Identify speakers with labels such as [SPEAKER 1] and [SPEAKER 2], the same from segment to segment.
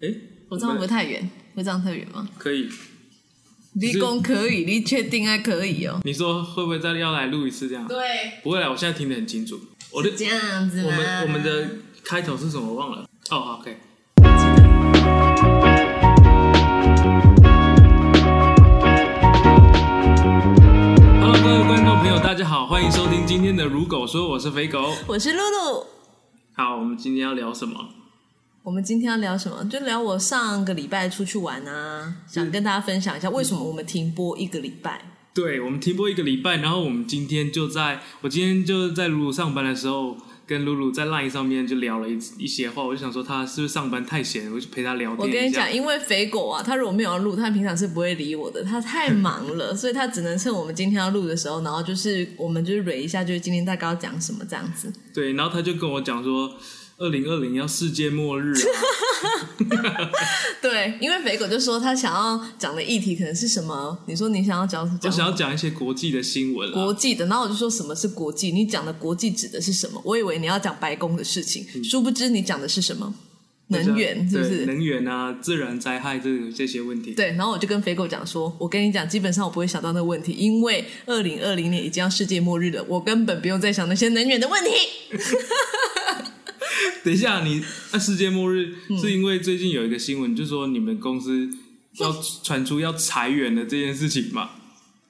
[SPEAKER 1] 哎，
[SPEAKER 2] 我这样不太远，会这样太远吗？
[SPEAKER 1] 可以。
[SPEAKER 2] 你讲可以，你确定还可以哦、
[SPEAKER 1] 你说会不会再要来录一次这样？
[SPEAKER 2] 对，啊
[SPEAKER 1] 不会啦，我现在听得很清楚。我的
[SPEAKER 2] 这样子
[SPEAKER 1] 我
[SPEAKER 2] 吗
[SPEAKER 1] 们我们的开头是什么我忘了？哦好，OK，Hello，各位观众朋友，大家好，欢迎收听今天的《如狗说》，我是肥狗。
[SPEAKER 2] 我是露露。
[SPEAKER 1] 好，我们今天要聊什么？
[SPEAKER 2] 我们今天要聊什么？就聊我上个礼拜出去玩啊，想跟大家分享一下为什么我们停播一个礼拜。
[SPEAKER 1] 对，我们停播一个礼拜，然后我们今天就在我今天就在露露上班的时候，跟露露在 LINE 上面就聊了一一些话，我就想说她是不是上班太闲，我就陪她聊天
[SPEAKER 2] 我跟
[SPEAKER 1] 一
[SPEAKER 2] 你
[SPEAKER 1] 下
[SPEAKER 2] 讲，因为肥狗啊，他如果没有要录，他平常是不会理我的，他太忙 了，所以他只能趁我们今天要录的时候，然后就是我们就是蕊一下，就是今天大概要讲什么这样子。
[SPEAKER 1] 对，然后她就跟我讲说，二零二零要世界末日啊，
[SPEAKER 2] 对，因为肥狗就说他想要讲的议题可能是什么？你说你想要讲
[SPEAKER 1] 我
[SPEAKER 2] 讲
[SPEAKER 1] 想要讲一些国际的新闻啊啦
[SPEAKER 2] 国。际的，然后我就说什么是国际？你讲的国际指的是什么？我以为你要讲白宫的事情，殊不知你讲的是什么？能源是不
[SPEAKER 1] 嗯对
[SPEAKER 2] 是？
[SPEAKER 1] 能源啊，自然灾害这个这些问题。
[SPEAKER 2] 对，然后我就跟肥狗讲说，我跟你讲，基本上我不会想到那个问题，因为二零二零年已经要世界末日了，我根本不用再想那些能源的问题。
[SPEAKER 1] 等一下，你那、世界末日
[SPEAKER 2] 嗯
[SPEAKER 1] 是因为最近有一个新闻，就说你们公司要传出要裁员的这件事情嘛？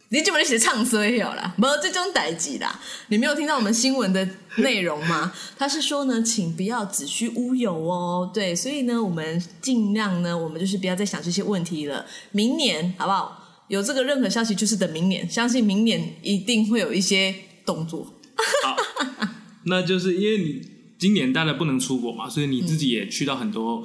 [SPEAKER 2] 你基本上写唱衰了啦，没有这种代际啦。你没有听到我们新闻的内容吗？ 他是说呢，请不要子虚乌有哦。对，所以呢，我们尽量呢，我们就是不要再想这些问题了。明年好不好？有这个任何消息，就是等明年。相信明年一定会有一些动作。
[SPEAKER 1] 好，那就是因为你今年大家不能出国嘛，所以你自己也去到很多、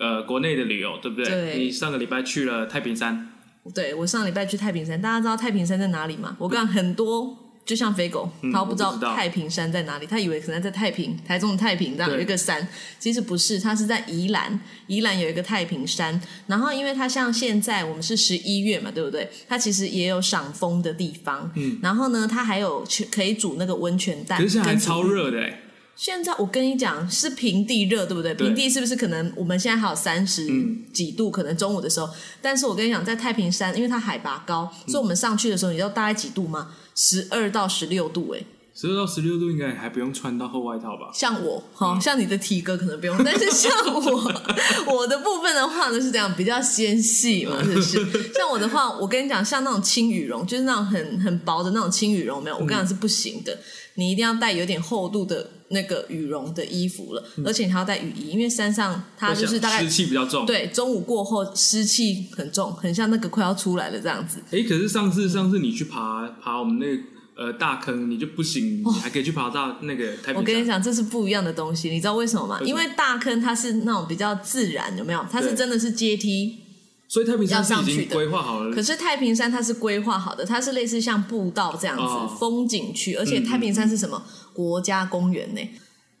[SPEAKER 1] 呃国内的旅游，对不对？
[SPEAKER 2] 嗯对
[SPEAKER 1] 你上个礼拜去了太平山，
[SPEAKER 2] 对我上礼拜去太平山，大家知道太平山在哪里吗？我跟你讲很多，就像肥狗，他不知
[SPEAKER 1] 嗯我
[SPEAKER 2] 道
[SPEAKER 1] 不知道
[SPEAKER 2] 太平山在哪里，他以为可能在太平，台中的太平这样
[SPEAKER 1] 对
[SPEAKER 2] 有一个山，其实不是，它是在宜兰，宜兰有一个太平山。然后因为它像现在我们是十一月嘛，对不对？它其实也有赏枫的地方，嗯，然后呢，它还有去可以煮那个温泉蛋，
[SPEAKER 1] 可是现在还
[SPEAKER 2] 啊跟煮
[SPEAKER 1] 超热的哎、
[SPEAKER 2] 现在我跟你讲是平地热，对不对？
[SPEAKER 1] 对
[SPEAKER 2] 平地是不是可能我们现在还有三十几度、可能中午的时候，但是我跟你讲，在太平山，因为它海拔高，所以我们上去的时候，你知道大概几度吗？十二到十六度、哎，
[SPEAKER 1] 十二到十六度应该还不用穿到厚外套吧？
[SPEAKER 2] 像我，哈、
[SPEAKER 1] 嗯
[SPEAKER 2] 像你的体格可能不用， 但是像我，我的部分的话呢是这样，比较纤细嘛，
[SPEAKER 1] 嗯
[SPEAKER 2] 是不是？像我的话，我跟你讲，像那种轻羽绒，就是那种很很薄的那种轻羽绒，
[SPEAKER 1] 嗯
[SPEAKER 2] 没有，我跟你讲是不行的，你一定要带有点厚度的那个羽绒的衣服了，而且你还要带雨衣，因为山上它啊就是大概
[SPEAKER 1] 嗯湿气比较重。
[SPEAKER 2] 对中午过后湿气很重，很像那个快要出来了这样子。
[SPEAKER 1] 哎、可是上
[SPEAKER 2] 嗯
[SPEAKER 1] 次上次你去爬爬我们那个呃大坑，你就不行，你还可以去爬大那个太
[SPEAKER 2] 哦我
[SPEAKER 1] 平
[SPEAKER 2] 跟你
[SPEAKER 1] 山。
[SPEAKER 2] 讲，这是不一样的东西，你知道为什么吗？
[SPEAKER 1] 为什
[SPEAKER 2] 因
[SPEAKER 1] 么
[SPEAKER 2] 为大坑它是那种比较自然，有没有？它是
[SPEAKER 1] 对
[SPEAKER 2] 真的是阶梯，
[SPEAKER 1] 所以太平山
[SPEAKER 2] 要上
[SPEAKER 1] 是已
[SPEAKER 2] 去
[SPEAKER 1] 经
[SPEAKER 2] 的
[SPEAKER 1] 规划好了
[SPEAKER 2] 可，是太平山它是规划好的，它是类似像步道这样子、
[SPEAKER 1] 哦嗯
[SPEAKER 2] 风景区，而且太平山是什么、国家公园呢、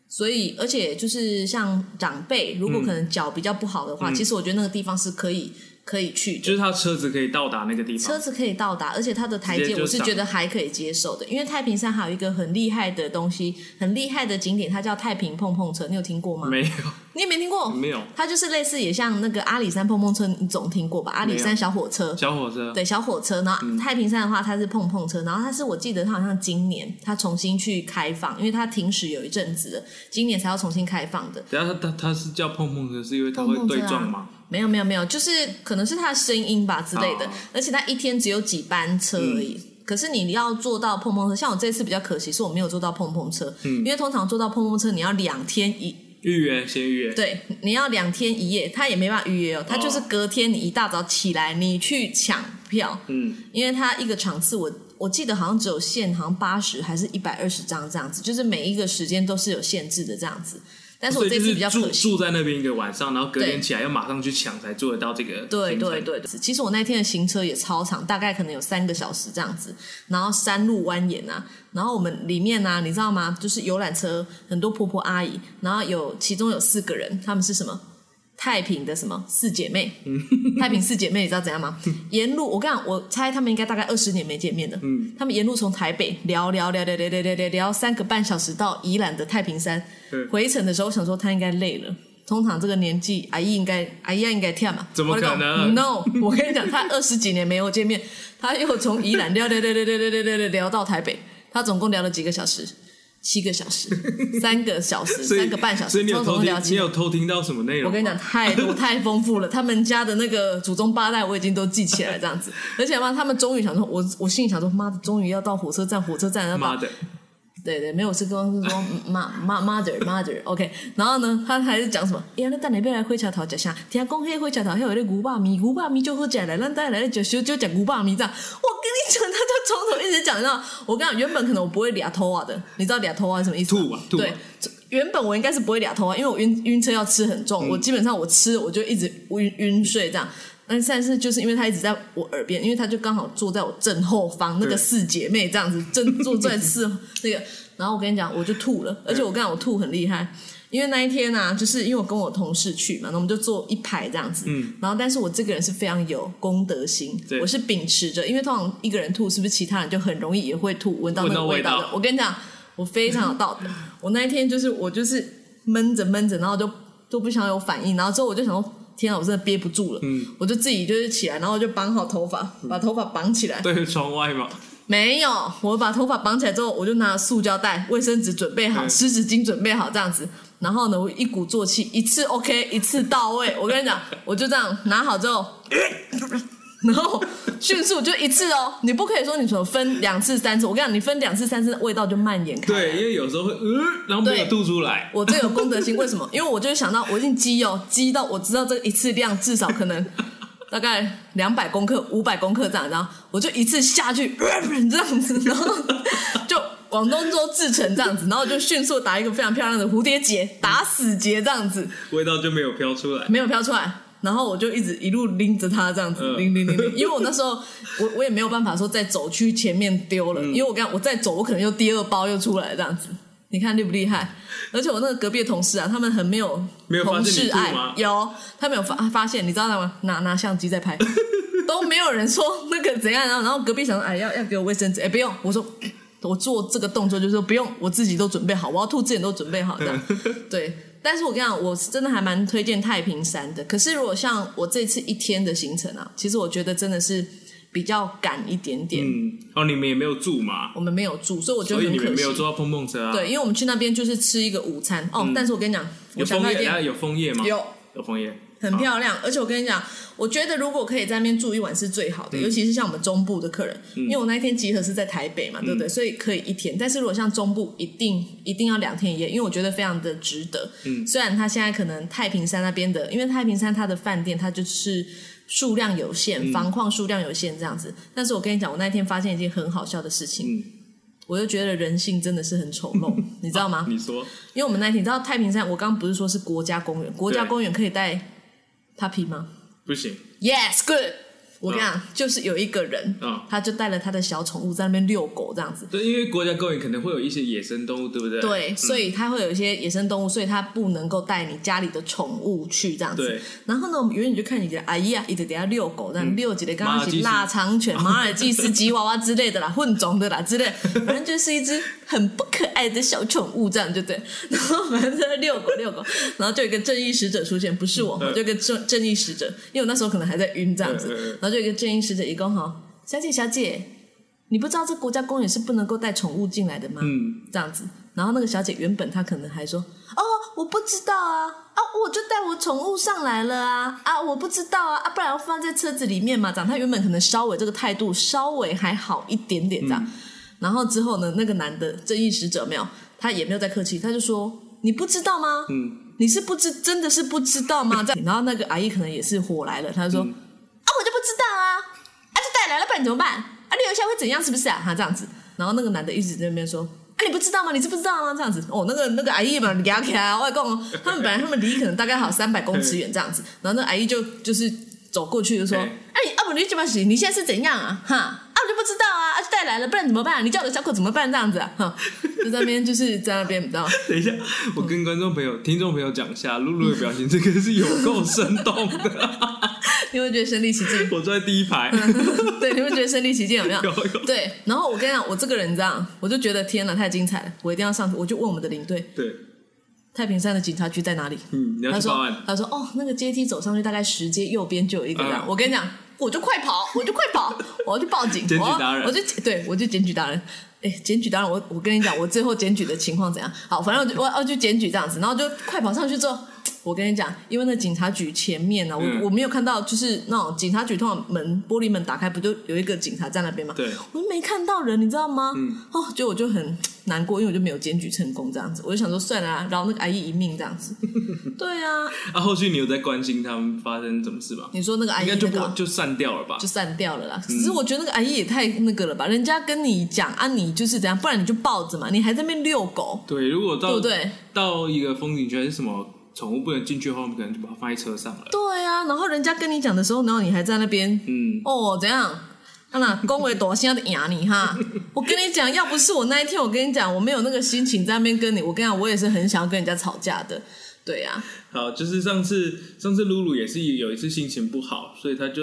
[SPEAKER 2] 所以，而且就是像长辈，如果可能脚比较不好的话，其实我觉得那个地方是可以可以去的。
[SPEAKER 1] 嗯就是他车子可以到达那个地
[SPEAKER 2] 车
[SPEAKER 1] 方。
[SPEAKER 2] 子可以到达，而且它的台
[SPEAKER 1] 直接
[SPEAKER 2] 阶
[SPEAKER 1] 就
[SPEAKER 2] 我是
[SPEAKER 1] 上
[SPEAKER 2] 觉得还可以接受的，因为太平山还有一个很厉害的东西，很厉害的景点，它叫太平碰碰车，你有听过吗？
[SPEAKER 1] 没有
[SPEAKER 2] 你也没听过，
[SPEAKER 1] 没有
[SPEAKER 2] 它就是类似也像那个阿里山碰碰车，你总听过吧？阿里
[SPEAKER 1] 没有
[SPEAKER 2] 山小火车，
[SPEAKER 1] 小火车，
[SPEAKER 2] 对，小火车。然后太平山的话，它是碰碰车，然后它是我记得它好像今年它重新去开放，因为它停驶有一阵子了，今年才要重新开放的。
[SPEAKER 1] 等一下他他他是叫碰碰车，是因为他会
[SPEAKER 2] 碰碰车
[SPEAKER 1] 对
[SPEAKER 2] 啊
[SPEAKER 1] 撞嘛？
[SPEAKER 2] 没有没有没有，就是可能是它的声音吧之类的，
[SPEAKER 1] 哦
[SPEAKER 2] 而且它一天只有几班车而已。可是你要坐到碰碰车，像我这次比较可惜，是我没有坐到碰碰车，因为通常坐到碰碰车你要两天一
[SPEAKER 1] 预约先预约，
[SPEAKER 2] 对，你要两天一夜，他也没办法预约哦，他就是隔天你一大早起来，你去抢票，
[SPEAKER 1] 嗯，
[SPEAKER 2] 因为他一个场次我我记得好像只有限，好像八十还是一百二十张这样子，就是每一个时间都是有限制的这样子。但是
[SPEAKER 1] 哦所
[SPEAKER 2] 我
[SPEAKER 1] 以
[SPEAKER 2] 这
[SPEAKER 1] 就
[SPEAKER 2] 次
[SPEAKER 1] 是
[SPEAKER 2] 比较
[SPEAKER 1] 住
[SPEAKER 2] 可惜，
[SPEAKER 1] 住在那边一个晚上，然后隔天
[SPEAKER 2] 对
[SPEAKER 1] 起来要马上去抢才做得到这个
[SPEAKER 2] 对
[SPEAKER 1] 行程
[SPEAKER 2] 对对，其实我那天的行车也超长，大概可能有三个小时这样子，然后山路蜿蜒啊，然后我们里面呢、啊，你知道吗？就是游览车很多婆婆阿姨，然后有其中有四个人，他们是什么？太平的什么四姐妹？太平四姐妹，你知道怎样吗？沿路我跟你讲，我猜他们应该大概二十年没见面了。嗯，他们沿路从台北聊聊聊聊聊聊聊聊聊三个半小时到宜兰的太平山
[SPEAKER 1] 对，
[SPEAKER 2] 回程的时候我想说他应该累了。通常这个年纪，阿姨应该阿姨应该跳嘛？
[SPEAKER 1] 怎么可能
[SPEAKER 2] 我就讲？No，我跟你讲，他二十几年没有见面，他又从宜兰聊聊聊聊聊聊聊聊聊到台北，他总共聊了几个小时？七个小时，三个小时，
[SPEAKER 1] 所以
[SPEAKER 2] 三个半小
[SPEAKER 1] 所以
[SPEAKER 2] 时，
[SPEAKER 1] 你有
[SPEAKER 2] 总
[SPEAKER 1] 偷
[SPEAKER 2] 共聊
[SPEAKER 1] 听，
[SPEAKER 2] 七
[SPEAKER 1] 你有偷听到什么内容吗？
[SPEAKER 2] 我跟你讲，太多太丰富了。他们家的那个祖宗八代我已经都记起来，这样子。而且嘛，他们终于想说，我我心里想说，妈的，终于要到火车站，火车站要把
[SPEAKER 1] 妈的，
[SPEAKER 2] 对对，没有是刚刚是说嗯妈妈 mother mother OK，然后呢，他还是讲什么？哎呀，那等下要来火车头吃啥？听讲迄火车头迄有那牛肉面，牛肉面就好吃嘞，咱再来就就就讲牛肉面这样。我跟你讲，他就从头一直讲到，我跟你讲，原本可能我不会俩头啊的，你知道俩头啊是什么意思吗？
[SPEAKER 1] 吐啊吐啊
[SPEAKER 2] 对，原本我应该是不会俩头啊，因为我晕晕车要吃很
[SPEAKER 1] 嗯
[SPEAKER 2] 重，我基本上我吃我就一直晕晕睡这样。但但是就是因为他一直在我耳边，因为他就刚好坐在我正后方，那个
[SPEAKER 1] 对
[SPEAKER 2] 四姐妹这样子，正坐在四那个。 然后我跟你讲，我就吐了，而且我跟你讲，我吐很厉害，因为那一天啊，就是因为我跟我同事去嘛，那我们就坐一排这样子。
[SPEAKER 1] 嗯。
[SPEAKER 2] 然后，但是我这个人是非常有公德心
[SPEAKER 1] 对，
[SPEAKER 2] 我是秉持着，因为通常一个人吐，是不是其他人就很容易也会吐，闻到那
[SPEAKER 1] 闻到
[SPEAKER 2] 个
[SPEAKER 1] 味
[SPEAKER 2] 味道的？
[SPEAKER 1] 道
[SPEAKER 2] 我跟你讲，我非常有道德。我那一天就是我就是闷着闷着，然后就都不想有反应，然后之后我就想说，天啊，我真的憋不住了，
[SPEAKER 1] 嗯
[SPEAKER 2] 我就自己就是起来，然后我就绑好头发，把头发绑起来。
[SPEAKER 1] 对着窗外 嘛，
[SPEAKER 2] 没有，我把头发绑起来之后，我就拿塑胶袋、卫生纸准备好，
[SPEAKER 1] 嗯
[SPEAKER 2] 湿纸巾准备好，这样子。然后呢，我一鼓作气，一次 OK，一次到位。我跟你讲，我就这样拿好之后， 然后迅速就一次哦，你不可以说你什么分两次、三次。我跟你讲，你分两次、三次，味道就蔓延开来。
[SPEAKER 1] 对，因为有时候会呃，然后没有
[SPEAKER 2] 对
[SPEAKER 1] 吐出来，
[SPEAKER 2] 我最有公德心，为什么？因为我就是想到，我已经积哦，积到我知道这个一次量至少可能大概两百公克、五百公克这样，然后我就一次下去 这样子，然后就广东州制成这样子，然后就迅速打一个非常漂亮的蝴蝶结，打死结这样子，
[SPEAKER 1] 味道就没有飘出来。
[SPEAKER 2] 没有飘出来。然后我就一直一路拎着它这样子，
[SPEAKER 1] 嗯
[SPEAKER 2] 拎拎 拎拎，因为我那时候我我也没有办法说在走区前面丢了，因为我刚我再走我可能又第二包又出来这样子，你看厉不厉害？而且我那个隔壁的同事啊，他们很没有
[SPEAKER 1] 没有发
[SPEAKER 2] 同
[SPEAKER 1] 现你
[SPEAKER 2] 事
[SPEAKER 1] 吐
[SPEAKER 2] 爱
[SPEAKER 1] 吗，
[SPEAKER 2] 有他们有发发现，你知道吗？拿拿相机在拍，都没有人说那个怎样，然后然后隔壁想说哎要要给我卫生纸，哎不用，我说。我做这个动作就是说不用，我自己都准备好，我要吐之前都准备好这样。
[SPEAKER 1] 嗯
[SPEAKER 2] 对，但是我跟你讲，我是真的还蛮推荐太平山的。可是如果像我这次一天的行程啊，其实我觉得真的是比较赶一点点。
[SPEAKER 1] 嗯，哦，你们也没有住嘛，
[SPEAKER 2] 我们没有住，所以我觉
[SPEAKER 1] 所
[SPEAKER 2] 得
[SPEAKER 1] 以
[SPEAKER 2] 很
[SPEAKER 1] 你们
[SPEAKER 2] 可
[SPEAKER 1] 没
[SPEAKER 2] 惜
[SPEAKER 1] 有。坐到碰碰车啊。
[SPEAKER 2] 对，，因为我们去那边就是吃一个午餐哦。但是我跟你讲，我
[SPEAKER 1] 嗯有
[SPEAKER 2] 想
[SPEAKER 1] 枫
[SPEAKER 2] 到一
[SPEAKER 1] 叶，
[SPEAKER 2] 件
[SPEAKER 1] 啊有枫叶吗？
[SPEAKER 2] 有
[SPEAKER 1] 有枫叶，
[SPEAKER 2] 很漂亮，而且我跟你讲，我觉得如果可以在那边住一晚是最好的，尤其是像我们中部的客人，因为我那一天集合是在台北嘛，对不对？所以可以一天，但是如果像中部，一定一定要两天一夜，因为我觉得非常的值得。嗯，虽然它现在可能太平山那边的，因为太平山它的饭店它就是。数量有限，房况数量有限，这样子。但是我跟你讲，我那一天发现一件很好笑的事情，
[SPEAKER 1] 嗯
[SPEAKER 2] 我就觉得人性真的是很丑陋，你知道吗？
[SPEAKER 1] 你说
[SPEAKER 2] 因为我们那一天，你知道太平山，我刚刚不是说是国家公园，国家
[SPEAKER 1] 对
[SPEAKER 2] 公园可以带 puppy 吗？
[SPEAKER 1] 不行
[SPEAKER 2] Yes, good。我跟你讲，就是有一个人
[SPEAKER 1] 嗯，
[SPEAKER 2] 他就带了他的小宠物在那边遛狗这样子。
[SPEAKER 1] 对，因为国家公园可能会有一些野生动物，对不嗯对？
[SPEAKER 2] 对，所以他会有一些野生动物，所以他不能够带你家里的宠物去这样子
[SPEAKER 1] 嗯对。
[SPEAKER 2] 然后呢，我们远远就看你的阿姨啊，一直等下遛狗，这样遛几的，刚
[SPEAKER 1] 嗯马尔
[SPEAKER 2] 刚
[SPEAKER 1] 济
[SPEAKER 2] 是
[SPEAKER 1] 斯
[SPEAKER 2] 腊 肠犬、马尔济斯吉娃娃之类的啦，混种的啦之类， 反正就是一只很不可爱的小宠物这样，就对。 然后反正在那遛狗遛狗，然后就有一个正义使者出现，不是我，
[SPEAKER 1] 嗯
[SPEAKER 2] 就有一个正正义使者，因为我那时候可能还在晕这样子
[SPEAKER 1] 嗯嗯嗯，
[SPEAKER 2] 然后就有一个正义使者一共哈，小姐小姐，你不知道这国家公园是不能够带宠物进来的吗？
[SPEAKER 1] 嗯，
[SPEAKER 2] 这样子。然后那个小姐原本她可能还说：“哦，我不知道啊，啊，我就带我宠物上来了啊，啊，我不知道啊，啊，不然我放在车子里面嘛。”这样，她原本可能稍微这个态度稍微还好一点点这样。
[SPEAKER 1] 嗯
[SPEAKER 2] 然后之后呢，那个男的正义使者没有，他也没有再客气，他就说：“你不知道吗？
[SPEAKER 1] 嗯，
[SPEAKER 2] 你是不知真的是不知道吗？”这样，然后那个阿姨可能也是火来了，她就说：“啊，我就不知道啊，啊就带来了，不然怎么办？啊留一下会怎样？是不是啊？哈这样子。然后那个男的一直在那边说，啊你不知道吗？你是不知道吗？这样子。哦，那个那个阿姨嘛，聊起来，我讲哦，他们本来他们离可能大概好三百公尺远这样子，然后那个阿姨就就是走过去就
[SPEAKER 1] 嗯
[SPEAKER 2] 说，哎、阿姆你怎么洗？你现在是怎样啊？哈，啊我就不知道啊，啊就带来了，不然怎么办？你叫我的小狗怎么办？这样子啊，哈，就在那边就是在那边，你知道吗。
[SPEAKER 1] 等一下，我跟观众朋友、听众朋友讲一下，露露的表情，这个是有够生动的，
[SPEAKER 2] 你会觉得身临其境，
[SPEAKER 1] 我坐在第一 排，
[SPEAKER 2] 对，你会觉得身临其境有没有？
[SPEAKER 1] 有有，
[SPEAKER 2] 对，然后我跟你讲，我这个人这样，我就觉得天哪，太精彩了，我一定要上去。我就问我们的领队，
[SPEAKER 1] 对，
[SPEAKER 2] 太平山的警察局在哪里？
[SPEAKER 1] 嗯，你要
[SPEAKER 2] 他
[SPEAKER 1] 去报
[SPEAKER 2] 说
[SPEAKER 1] 案，
[SPEAKER 2] 他说哦，那个阶梯走上去大概十阶，右边就有一个人。
[SPEAKER 1] 嗯
[SPEAKER 2] 我跟你讲，我就快跑，我就快跑，我要去报警，
[SPEAKER 1] 检举
[SPEAKER 2] 我要
[SPEAKER 1] 达人
[SPEAKER 2] 我就对我就检举达人。哎，检举达人，我我跟你讲，我最后检举的情况怎样？好，反正我就我要去检举这样子，然后就快跑上去之后。我跟你讲，因为那警察局前面呢、啊，我、
[SPEAKER 1] 嗯
[SPEAKER 2] 我没有看到，就是那种警察局通常门玻璃门打开，不就有一个警察在那边吗？
[SPEAKER 1] 对，
[SPEAKER 2] 我就没看到人，你知道吗？
[SPEAKER 1] 嗯
[SPEAKER 2] 哦，就我就很难过，因为我就没有检举成功这样子，我就想说算了、啊，饶那个阿姨一命这样 子。对啊，
[SPEAKER 1] 啊，后续你有在关心他们发生什么事吗？
[SPEAKER 2] 你说那个阿
[SPEAKER 1] 应
[SPEAKER 2] 姨
[SPEAKER 1] 该
[SPEAKER 2] 那
[SPEAKER 1] 就
[SPEAKER 2] 个
[SPEAKER 1] 不
[SPEAKER 2] 啊
[SPEAKER 1] 就嗯散掉了吧
[SPEAKER 2] 就？散掉了啦。只是我觉得那个阿姨也太那个了吧，人家跟你讲啊，你就是怎样，不然你就抱着嘛，你还在那边遛狗，
[SPEAKER 1] 对，如果
[SPEAKER 2] 对
[SPEAKER 1] 到
[SPEAKER 2] 不对？
[SPEAKER 1] 到一个风景区还是什么宠物不能进去的话，我们可能就把它放在车上了。
[SPEAKER 2] 对啊，然后人家跟你讲的时候，然后你还在那边
[SPEAKER 1] 嗯，
[SPEAKER 2] 哦，怎样？啊那恭维多现在的牙你哈，我跟你讲，要不是我那一天，我跟你讲，我没有那个心情在那边跟你，我跟你讲，我也是很想要跟人家吵架的，对呀、啊。
[SPEAKER 1] 好，就是上次上次露露也是有一次心情不好，所以她 就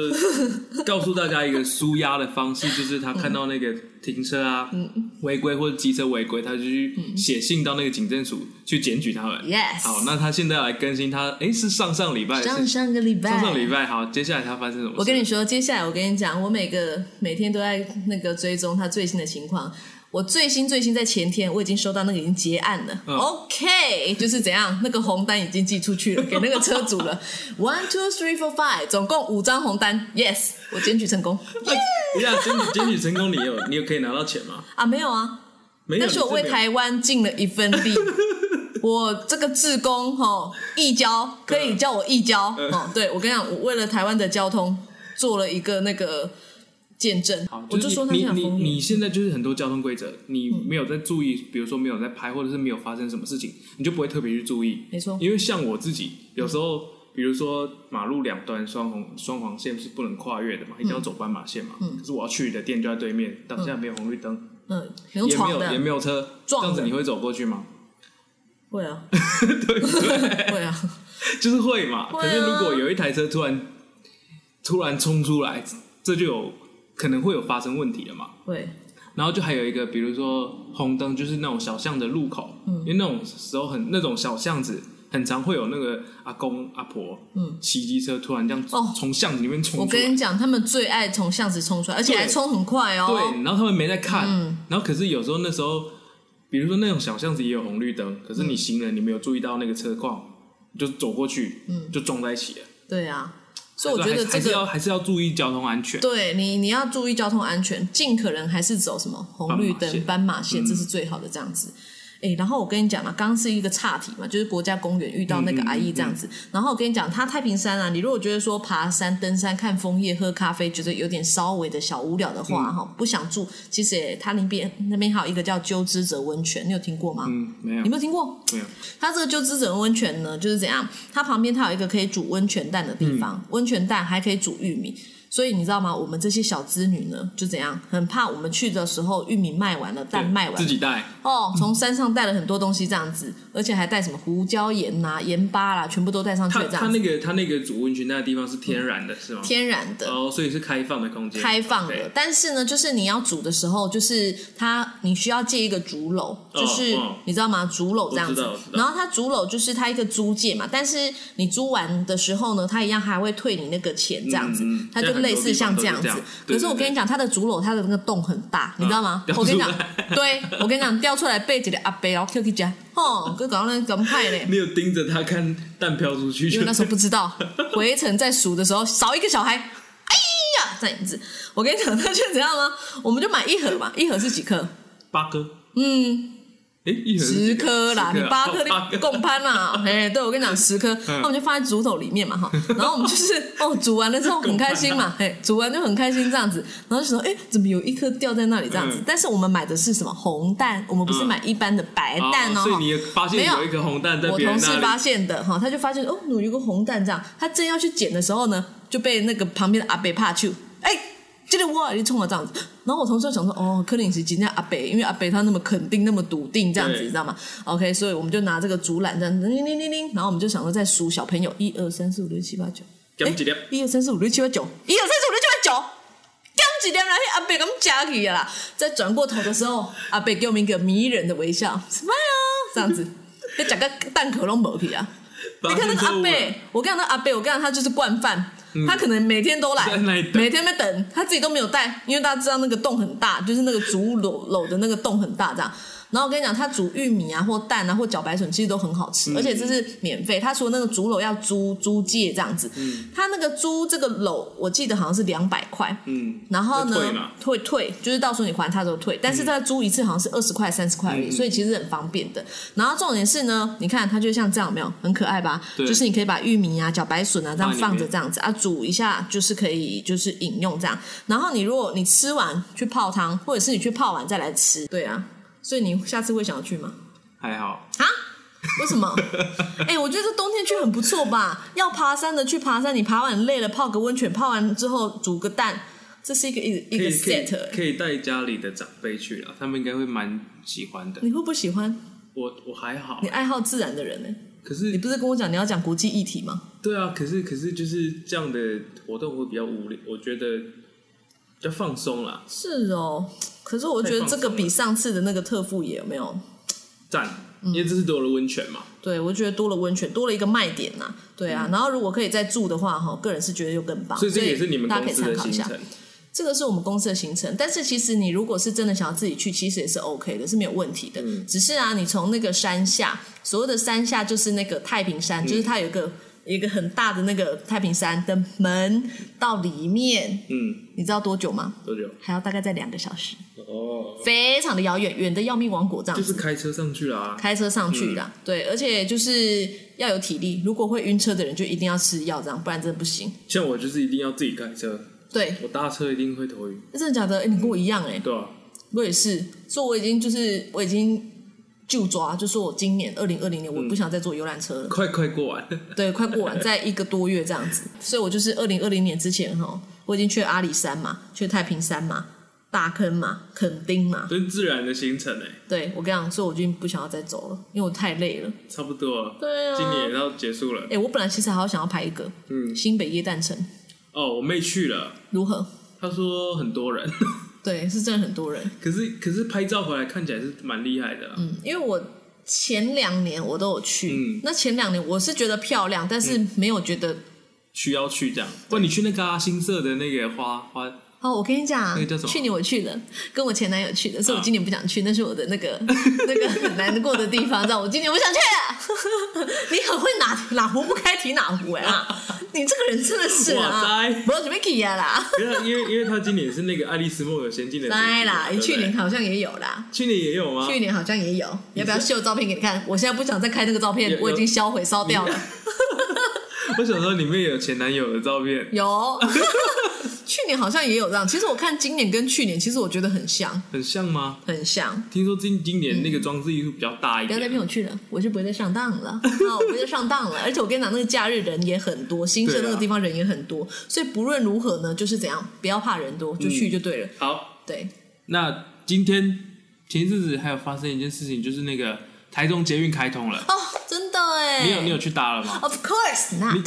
[SPEAKER 1] 告诉大家一个舒压的方式，就是她看到那个停车啊
[SPEAKER 2] 嗯
[SPEAKER 1] 违规或者机车违规，她就去写信到那个警政署去检举他们。
[SPEAKER 2] Yes
[SPEAKER 1] 好，那她现在来更新她，诶，是上上礼拜，哎是
[SPEAKER 2] 上上个礼拜，
[SPEAKER 1] 上上礼拜。好，接下来她发生什么事？
[SPEAKER 2] 我跟你说，接下来我跟你讲，我每个每天都在那个追踪他最新的情况。我最新最新在前天，我已经收到那个已经结案了、
[SPEAKER 1] 嗯
[SPEAKER 2] o k 就是怎样，那个红单已经寄出去了，给那个车主了。One two three four five，总共五张红单，Yes，我检举成功
[SPEAKER 1] 等一下检举检举成功，你有你有可以拿到钱吗？
[SPEAKER 2] 啊，没有啊，
[SPEAKER 1] 没有，
[SPEAKER 2] 但是我
[SPEAKER 1] 你
[SPEAKER 2] 为
[SPEAKER 1] 没有
[SPEAKER 2] 台湾尽了一份 力。我这个志工哈、哦，义交可以叫我 义交
[SPEAKER 1] 嗯
[SPEAKER 2] 哦。对我跟你讲，我为了台湾的交通做了一个那个见证
[SPEAKER 1] 好，，
[SPEAKER 2] 我
[SPEAKER 1] 就是
[SPEAKER 2] 就说他
[SPEAKER 1] 你
[SPEAKER 2] 想
[SPEAKER 1] 你
[SPEAKER 2] 疯
[SPEAKER 1] 你你
[SPEAKER 2] 了。
[SPEAKER 1] 现在就是很多交通规则，你
[SPEAKER 2] 嗯
[SPEAKER 1] 没有在注意，比如说没有在拍，或者是没有发生什么事情，你就不会特别去注意。
[SPEAKER 2] 没错
[SPEAKER 1] 因为像我自己，
[SPEAKER 2] 嗯
[SPEAKER 1] 有时候比如说马路两端双红双黄线是不能跨越的嘛，一
[SPEAKER 2] 嗯
[SPEAKER 1] 定要走斑马线嘛。可是我要去的店就在对面，当下没有红绿灯，
[SPEAKER 2] 嗯，你用
[SPEAKER 1] 也没
[SPEAKER 2] 闯
[SPEAKER 1] 有也
[SPEAKER 2] 的，
[SPEAKER 1] 没有车，这
[SPEAKER 2] 撞的
[SPEAKER 1] 样子你会走过去吗？
[SPEAKER 2] 会啊，
[SPEAKER 1] 对不对？
[SPEAKER 2] 会啊，
[SPEAKER 1] 就是会嘛。
[SPEAKER 2] 会啊
[SPEAKER 1] 可是如果有一台车突然突然冲出来，这就有可能会有发生问题了嘛。
[SPEAKER 2] 会。
[SPEAKER 1] 然后就还有一个，比如说红灯，就是那种小巷的路口，
[SPEAKER 2] 嗯
[SPEAKER 1] 因为那种时候很那种小巷子，很常会有那个阿公阿婆，嗯，骑机车突然这样
[SPEAKER 2] 哦
[SPEAKER 1] 从巷子里面冲
[SPEAKER 2] 我
[SPEAKER 1] 出
[SPEAKER 2] 跟
[SPEAKER 1] 来，
[SPEAKER 2] 你讲，他们最爱从巷子冲出来，而且还
[SPEAKER 1] 对
[SPEAKER 2] 冲很快哦。
[SPEAKER 1] 对，然后他们没在看，
[SPEAKER 2] 嗯
[SPEAKER 1] 然后可是有时候那时候，比如说那种小巷子也有红绿灯，可是你行人你没有注意到那个车况，就走过去，嗯，就撞在一起了。
[SPEAKER 2] 对啊，所以我觉
[SPEAKER 1] 还
[SPEAKER 2] 得
[SPEAKER 1] 是还
[SPEAKER 2] 这
[SPEAKER 1] 是
[SPEAKER 2] 个
[SPEAKER 1] 要还是要注意交通安全。
[SPEAKER 2] 对你，你要注意交通安全，尽可能还是走什么红绿
[SPEAKER 1] 斑马
[SPEAKER 2] 灯、
[SPEAKER 1] 线
[SPEAKER 2] 斑马线，这是最好的这样子。哎、然后我跟你讲嘛，刚刚是一个岔题嘛，就是国家公园遇到那个阿姨这样子。然后我跟你讲，它太平山啊，你如果觉得说爬山、登山、看枫叶、喝咖啡，觉得有点稍微的小无聊的话，哈、不想住，其实也它那边那边还有一个叫鸠之泽温泉，你有听过吗？
[SPEAKER 1] 嗯，没有
[SPEAKER 2] 你没有听过？
[SPEAKER 1] 没有，
[SPEAKER 2] 它这个鸠之整温泉呢，就是怎样？它旁边它有一个可以煮温泉蛋的地方，
[SPEAKER 1] 嗯
[SPEAKER 2] 温泉蛋还可以煮玉米。所以你知道吗？我们这些小资女呢，就怎样，很怕我们去的时候玉米卖完了，蛋
[SPEAKER 1] 对
[SPEAKER 2] 卖完
[SPEAKER 1] 自
[SPEAKER 2] 了
[SPEAKER 1] 己带，
[SPEAKER 2] 哦，从山上带了很多东西这样子，而且还带什么胡椒盐呐、盐巴啦，全部都带上去
[SPEAKER 1] 他
[SPEAKER 2] 这
[SPEAKER 1] 他
[SPEAKER 2] 样子，嗯
[SPEAKER 1] 那个他那个主温泉那个地方是天然的，是吗？
[SPEAKER 2] 天然的。
[SPEAKER 1] 哦，所以是开放的空间，
[SPEAKER 2] 开放的
[SPEAKER 1] 对，
[SPEAKER 2] 但是呢，就是你要煮的时候，就是它你需要借一个竹篓，就是、
[SPEAKER 1] 哦
[SPEAKER 2] 你知道吗？竹篓这样
[SPEAKER 1] 我知
[SPEAKER 2] 子
[SPEAKER 1] 道我知。道
[SPEAKER 2] 然后它竹篓就是它一个租借嘛，但是你租完的时候呢，它一样还会退你那个钱这样子，
[SPEAKER 1] 嗯嗯
[SPEAKER 2] 它就类似像这样子
[SPEAKER 1] 现在很多地方都是这样。对啊
[SPEAKER 2] 可是我跟你讲，它的竹篓它的那个洞很大，你知道吗？
[SPEAKER 1] 掉
[SPEAKER 2] 我跟你
[SPEAKER 1] 出
[SPEAKER 2] 讲
[SPEAKER 1] 来，
[SPEAKER 2] 对我跟你讲，掉出来背着的阿伯，然后 Q Q 家，哦，哥搞那怎么派嘞？
[SPEAKER 1] 你有盯着他看蛋飘出去就，
[SPEAKER 2] 因为那时候不知道，回程在数的时候少一个小孩，哎呀，这样子。我跟你讲，那就怎样吗？我们就买一盒嘛，一盒是几颗？
[SPEAKER 1] 八颗，嗯，哎，一盒是
[SPEAKER 2] 十
[SPEAKER 1] 几颗
[SPEAKER 2] 颗啦，
[SPEAKER 1] 十
[SPEAKER 2] 你
[SPEAKER 1] 啊
[SPEAKER 2] 八颗
[SPEAKER 1] 哦八
[SPEAKER 2] 你
[SPEAKER 1] 颗
[SPEAKER 2] 共攀啦。哎，对我跟你讲，十颗，
[SPEAKER 1] 嗯
[SPEAKER 2] 那我们就放在竹斗里面嘛哈。然后我 们就是哦，煮完了之后很
[SPEAKER 1] 啊
[SPEAKER 2] 开心嘛，哎，煮完就很开心这样子。然后就说，哎，怎么有一颗掉在那里这样子
[SPEAKER 1] 嗯？
[SPEAKER 2] 但是我们买的是什么红蛋，我们不是
[SPEAKER 1] 嗯
[SPEAKER 2] 买一般的白蛋哦。
[SPEAKER 1] 所以你也发现
[SPEAKER 2] 没有
[SPEAKER 1] 有一个红蛋在
[SPEAKER 2] 我
[SPEAKER 1] 别
[SPEAKER 2] 同
[SPEAKER 1] 人
[SPEAKER 2] 事
[SPEAKER 1] 那
[SPEAKER 2] 发
[SPEAKER 1] 里，
[SPEAKER 2] 现的哈，他就发现哦，有一个红蛋这样，他正要去捡的时候呢，就被那个旁边的阿北怕去，哎、这个我就冲我这样子。然后我同事就想说，哦，柯林是今天阿北，因为阿北他那么肯定、那么笃定这样子，
[SPEAKER 1] 对
[SPEAKER 2] 你知道吗？OK，所以我们就拿这个竹篮这样子，铃铃铃铃，然后我们就想说在数小朋友，一二三四五六七八九，
[SPEAKER 1] 减一粒
[SPEAKER 2] 哎一二三四五六七八九，一二三四五六七八九。刚一点来，阿北咁啊夹起啦。在转过头的时候，阿北给我们一个迷人的微笑，smile，这样子。 你讲个蛋壳都磨皮啊！你看那个阿贝，我跟你讲那个阿贝，我跟你讲他就是惯犯，他可能每天都来，
[SPEAKER 1] 嗯在那里等
[SPEAKER 2] 每天在等，他自己都没有带，因为大家知道那个洞很大，就是那个竹篓篓的那个洞很大这样。然后我跟你讲，他煮玉米啊，或蛋啊，或茭白笋，其实都很好吃，
[SPEAKER 1] 嗯
[SPEAKER 2] 而且这是免费。他除了那个竹篓要租租借这样子，他那个租这个篓，我记得好像是两百块，
[SPEAKER 1] 嗯，
[SPEAKER 2] 然后呢
[SPEAKER 1] 会退嗯吗，
[SPEAKER 2] 退退就是到时候你还他都退，但是他租一次好像是二十块、三十块而
[SPEAKER 1] 嗯
[SPEAKER 2] 已，所以其实很方便的。然后重点是呢，你看它就像这样，有没有很可爱吧？
[SPEAKER 1] 对
[SPEAKER 2] 就是你可以把玉米啊、茭白笋啊这
[SPEAKER 1] 放
[SPEAKER 2] 样
[SPEAKER 1] 里面
[SPEAKER 2] 放着，这样子啊煮一下，就是可以就是饮用这样。然后你如果你吃完去泡汤，或者是你去泡完再来吃，对啊。所以你下次会想要去吗？
[SPEAKER 1] 还好，
[SPEAKER 2] 啊？为什么？ 哎、我觉得这冬天去很不错吧。要爬山的去爬山，你爬完累了泡个温泉，泡完之后煮个蛋，这是一个一
[SPEAKER 1] 可
[SPEAKER 2] 一个
[SPEAKER 1] 以可以
[SPEAKER 2] set 欸、
[SPEAKER 1] 可以带家里的长辈去啊，他们应该会蛮喜欢的。
[SPEAKER 2] 你会不喜欢？
[SPEAKER 1] 我我还好
[SPEAKER 2] 嗯你，爱好自然的人呢、
[SPEAKER 1] 可
[SPEAKER 2] 你
[SPEAKER 1] 是
[SPEAKER 2] 不是跟我讲你要讲国际议题吗？
[SPEAKER 1] 对啊，可是可是就是这样的活动会比较无聊，我觉得比较放松啦。
[SPEAKER 2] 是哦，可是我觉得这个比上次的那个特富也有没有？
[SPEAKER 1] 赞，
[SPEAKER 2] 嗯
[SPEAKER 1] 因为这是多了温泉嘛，
[SPEAKER 2] 对，我觉得多了温泉，多了一个卖点呐、对啊，然后如果可以再住的话，哈，个人是觉得又更棒。
[SPEAKER 1] 嗯所以这个也是你们
[SPEAKER 2] 大家可
[SPEAKER 1] 公
[SPEAKER 2] 以
[SPEAKER 1] 司
[SPEAKER 2] 参
[SPEAKER 1] 的
[SPEAKER 2] 考
[SPEAKER 1] 行
[SPEAKER 2] 一下。
[SPEAKER 1] 程。
[SPEAKER 2] 这个是我们公司的行程，但是其实你如果是真的想要自己去，其实也是 OK 的，是没有问题的。
[SPEAKER 1] 嗯
[SPEAKER 2] 只是啊，你从那个山下，所谓的山下就是那个太平山，
[SPEAKER 1] 嗯
[SPEAKER 2] 就是它有一个一个很大的那个太平山的门到里面，
[SPEAKER 1] 嗯，
[SPEAKER 2] 你知道多久吗？
[SPEAKER 1] 多久？
[SPEAKER 2] 还要大概在两个小时，
[SPEAKER 1] 哦，
[SPEAKER 2] 非常的遥远，远的要命，王国这样
[SPEAKER 1] 就
[SPEAKER 2] 子。
[SPEAKER 1] 是嗯开车上去啦。
[SPEAKER 2] 开车上去啦，对，而且就是要有体力，如果会晕车的人就一定要吃药，这样不然真的不行。
[SPEAKER 1] 像我就是一定要自己开车，
[SPEAKER 2] 对，
[SPEAKER 1] 我搭车一定会头晕。
[SPEAKER 2] 真的假的？哎、你跟我一样哎、
[SPEAKER 1] 对啊，
[SPEAKER 2] 我也是，所以我已经就是我已经就抓，就说我今年二零二零年我不想再坐游览车了，
[SPEAKER 1] 快快过完，
[SPEAKER 2] 对，快过完，在一个多月这样子，所以我就是二零二零年之前哈，我已经去阿里山嘛，去太平山嘛，大坑嘛，垦丁嘛，
[SPEAKER 1] 就是自然的行程哎、
[SPEAKER 2] 对我跟你讲，所以我已经不想要再走了，因为我太累了。
[SPEAKER 1] 差不多了。
[SPEAKER 2] 对啊
[SPEAKER 1] 今年也要结束了
[SPEAKER 2] 哎、。我本来其实还要想要排一个，
[SPEAKER 1] 嗯，
[SPEAKER 2] 新北耶诞城
[SPEAKER 1] 哦，我妹去了，
[SPEAKER 2] 如何？
[SPEAKER 1] 她说很多人，
[SPEAKER 2] 对，是真的很多人。
[SPEAKER 1] 可是可是拍照回来看起来是蛮厉害的啦。啊
[SPEAKER 2] 嗯，因为我前两年我都有去，
[SPEAKER 1] 嗯
[SPEAKER 2] 那前两年我是觉得漂亮，但是没有觉得、
[SPEAKER 1] 需要去这样，不然你去那个、啊、新社的那个花花，
[SPEAKER 2] 哦，我跟你讲
[SPEAKER 1] 那个叫什，么啊
[SPEAKER 2] 去年我去了，跟我前男友去的，所以我今年不想去，那是我的那个 那个很难过的地方，知道我今年不想去了。 你很会哪哪壶不开提哪壶哎、啊，你这个人真的是
[SPEAKER 1] 哇
[SPEAKER 2] 啊
[SPEAKER 1] 塞，
[SPEAKER 2] 不要准备去啊啦，
[SPEAKER 1] 因为因为因为她 今年是那个《爱丽丝梦游仙境》的主题
[SPEAKER 2] 来啦，
[SPEAKER 1] 对啊
[SPEAKER 2] 你
[SPEAKER 1] 不对
[SPEAKER 2] 去年好像也有啦。
[SPEAKER 1] 去年也有吗？
[SPEAKER 2] 去年好像也有，要不要秀照片给你看？我现在不想再开那个照
[SPEAKER 1] 有
[SPEAKER 2] 片，
[SPEAKER 1] 有
[SPEAKER 2] 我已经销毁烧掉了。
[SPEAKER 1] 我想说里面有前男友的照片，
[SPEAKER 2] 有， 去年好像也有这样。其实我看今年跟去年，其实我觉得很像，
[SPEAKER 1] 很像吗？
[SPEAKER 2] 很像。
[SPEAKER 1] 听说今今年那个装置艺术比较大一
[SPEAKER 2] 不要再
[SPEAKER 1] 点，
[SPEAKER 2] 骗我去了，我是不会再上当 了。啊，我不会再上当了。而且我跟你讲，那个假日人也很多，新社那个地方人也很多，所以不论如何呢，就是怎样，不要怕人多，就去就对了。
[SPEAKER 1] 好，
[SPEAKER 2] 对，
[SPEAKER 1] 那今天前一阵子还有发生一件事情，就是那个台中捷运开通了，
[SPEAKER 2] 哦，真的哎，
[SPEAKER 1] 你有你有去搭了吗？
[SPEAKER 2] ？Of course not。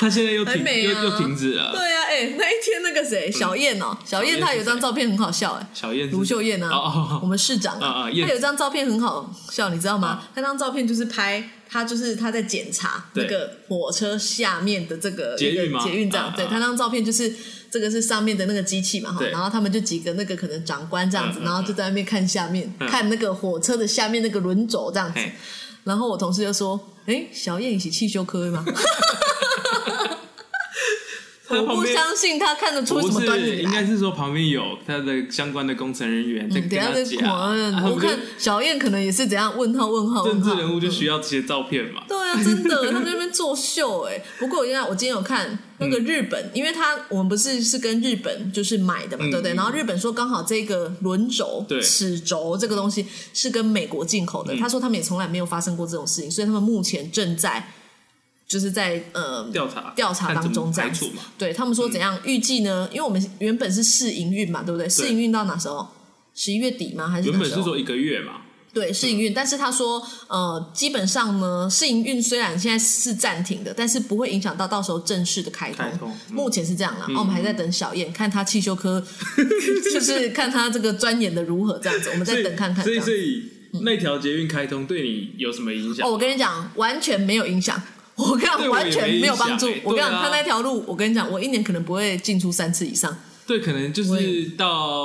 [SPEAKER 1] 它现在又
[SPEAKER 2] 还
[SPEAKER 1] 停、
[SPEAKER 2] 没
[SPEAKER 1] 又
[SPEAKER 2] 啊
[SPEAKER 1] 又停止了。
[SPEAKER 2] 对啊，哎、那一天那个谁，小燕哦、小燕她有张照片很好笑哎、
[SPEAKER 1] 小燕是
[SPEAKER 2] 卢秀燕啊，
[SPEAKER 1] 哦哦
[SPEAKER 2] 我们市长
[SPEAKER 1] 啊
[SPEAKER 2] 啊，
[SPEAKER 1] 啊
[SPEAKER 2] 她
[SPEAKER 1] 燕
[SPEAKER 2] 有张照片很好笑，你知道吗？那张照片就是拍她，就是她在检查
[SPEAKER 1] 对
[SPEAKER 2] 那个火车下面的这个
[SPEAKER 1] 捷运吗
[SPEAKER 2] 捷运站
[SPEAKER 1] 啊，
[SPEAKER 2] 对，
[SPEAKER 1] 啊
[SPEAKER 2] 她那张照片就是这个是上面的那个机器嘛，哈
[SPEAKER 1] 对，
[SPEAKER 2] 然后他们就几个那个可能长官这样子
[SPEAKER 1] 嗯，嗯
[SPEAKER 2] 然后就在那边看下面，
[SPEAKER 1] 嗯
[SPEAKER 2] 看那个火车的下面那个轮轴这样子
[SPEAKER 1] 嘿，
[SPEAKER 2] 然后我同事就说：“哎，小燕一起汽修 科吗？”
[SPEAKER 1] 它
[SPEAKER 2] 我
[SPEAKER 1] 旁
[SPEAKER 2] 不
[SPEAKER 1] 边
[SPEAKER 2] 相信他看得出什
[SPEAKER 1] 不
[SPEAKER 2] 么啊端
[SPEAKER 1] 是，
[SPEAKER 2] 倪
[SPEAKER 1] 应
[SPEAKER 2] 来
[SPEAKER 1] 该。是说旁边有他的相关的工程人员在跟
[SPEAKER 2] 嗯，等一下
[SPEAKER 1] 他
[SPEAKER 2] 再
[SPEAKER 1] 讲，啊
[SPEAKER 2] 狂，
[SPEAKER 1] 他
[SPEAKER 2] 我
[SPEAKER 1] 们就
[SPEAKER 2] 看小燕可能也是怎样问号问号问
[SPEAKER 1] 政
[SPEAKER 2] 号
[SPEAKER 1] 治人物就需要这些照片嘛。
[SPEAKER 2] 对啊，真的，他们在那边作秀哎、 不过我跟你讲，我今天有看那个日本，因为他我们不是是跟日本就是买的嘛，
[SPEAKER 1] 嗯
[SPEAKER 2] 对不对？
[SPEAKER 1] 嗯
[SPEAKER 2] 然后日本说刚好这个轮轴、
[SPEAKER 1] 对嗯
[SPEAKER 2] 齿轴这个东西是跟美国进口的，他说他们也从来没有发生过这种事情，所以他们目前正在就是在呃
[SPEAKER 1] 调查
[SPEAKER 2] 调查
[SPEAKER 1] 看怎
[SPEAKER 2] 当
[SPEAKER 1] 么
[SPEAKER 2] 中这
[SPEAKER 1] 排
[SPEAKER 2] 样
[SPEAKER 1] 除
[SPEAKER 2] 子
[SPEAKER 1] 嘛，。嗯
[SPEAKER 2] 对他们说怎样预计呢？因为我们原本是试营运嘛，对不对？试营运到哪时候？十一月底吗？还是
[SPEAKER 1] 原
[SPEAKER 2] 哪
[SPEAKER 1] 本
[SPEAKER 2] 时
[SPEAKER 1] 是
[SPEAKER 2] 候？
[SPEAKER 1] 说一个月嘛，
[SPEAKER 2] 对，试营运，但是他说，呃，基本上呢，试营运虽然现在是暂停的，但是不会影响到到时候正式的开通。
[SPEAKER 1] 开通嗯
[SPEAKER 2] 目前是这样啦，那、我们还在等小燕，看她汽 修科，就是看她这个钻研的如何这样子，我们
[SPEAKER 1] 所
[SPEAKER 2] 再
[SPEAKER 1] 以
[SPEAKER 2] 等看看
[SPEAKER 1] 所以
[SPEAKER 2] 这样嗯
[SPEAKER 1] 所。以那条捷运开通对你有什么影响？
[SPEAKER 2] 哦，我跟你讲，完全没有影响。我跟你
[SPEAKER 1] 对
[SPEAKER 2] 讲，
[SPEAKER 1] 我也
[SPEAKER 2] 完全
[SPEAKER 1] 没
[SPEAKER 2] 没有
[SPEAKER 1] 影
[SPEAKER 2] 帮
[SPEAKER 1] 响
[SPEAKER 2] 助
[SPEAKER 1] 欸。
[SPEAKER 2] 我跟你
[SPEAKER 1] 对
[SPEAKER 2] 讲，
[SPEAKER 1] 啊
[SPEAKER 2] 他那条路，我跟你讲，我一年可能不会进出三次以上。
[SPEAKER 1] 对，可能就
[SPEAKER 2] 我
[SPEAKER 1] 是
[SPEAKER 2] 也
[SPEAKER 1] 到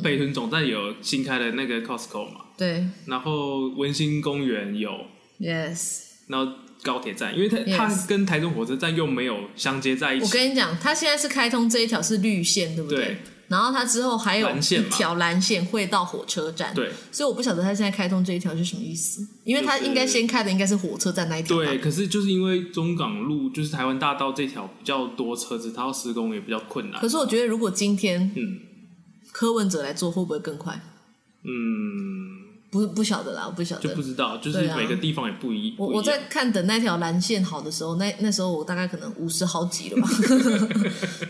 [SPEAKER 1] 北屯总站有新开的那个 Costco 嘛，
[SPEAKER 2] 对
[SPEAKER 1] 然后文心公园有，
[SPEAKER 2] ，yes。
[SPEAKER 1] 然后高铁站，因为它它
[SPEAKER 2] Yes
[SPEAKER 1] 跟台中火车站又没有相接在一
[SPEAKER 2] 我
[SPEAKER 1] 起，
[SPEAKER 2] 跟你讲，它现在是开通这一条是绿线，对不对？
[SPEAKER 1] 对
[SPEAKER 2] 然后它之后还有
[SPEAKER 1] 蓝
[SPEAKER 2] 一
[SPEAKER 1] 线嘛
[SPEAKER 2] 条蓝线会到火车站，
[SPEAKER 1] 对
[SPEAKER 2] 所以我不晓得它现在开通这一条是什么意思，因为它
[SPEAKER 1] 就是
[SPEAKER 2] 应该先开的应该是火车站那一条吧。
[SPEAKER 1] 对。可是就是因为中港路就是台湾大道这条比较多车子，它要施工也比较困难
[SPEAKER 2] 可。是我觉得，如果今天
[SPEAKER 1] 嗯
[SPEAKER 2] 柯文哲来做，会不会更快？
[SPEAKER 1] 嗯，
[SPEAKER 2] 不不晓得啦，我不晓
[SPEAKER 1] 就
[SPEAKER 2] 得
[SPEAKER 1] 不。知道，就是
[SPEAKER 2] 对啊啊
[SPEAKER 1] 每个地方也不一。
[SPEAKER 2] 我
[SPEAKER 1] 不一
[SPEAKER 2] 我在
[SPEAKER 1] 样
[SPEAKER 2] 看等那条蓝线好的时候，那那时候我大概可能五十好几 了吧。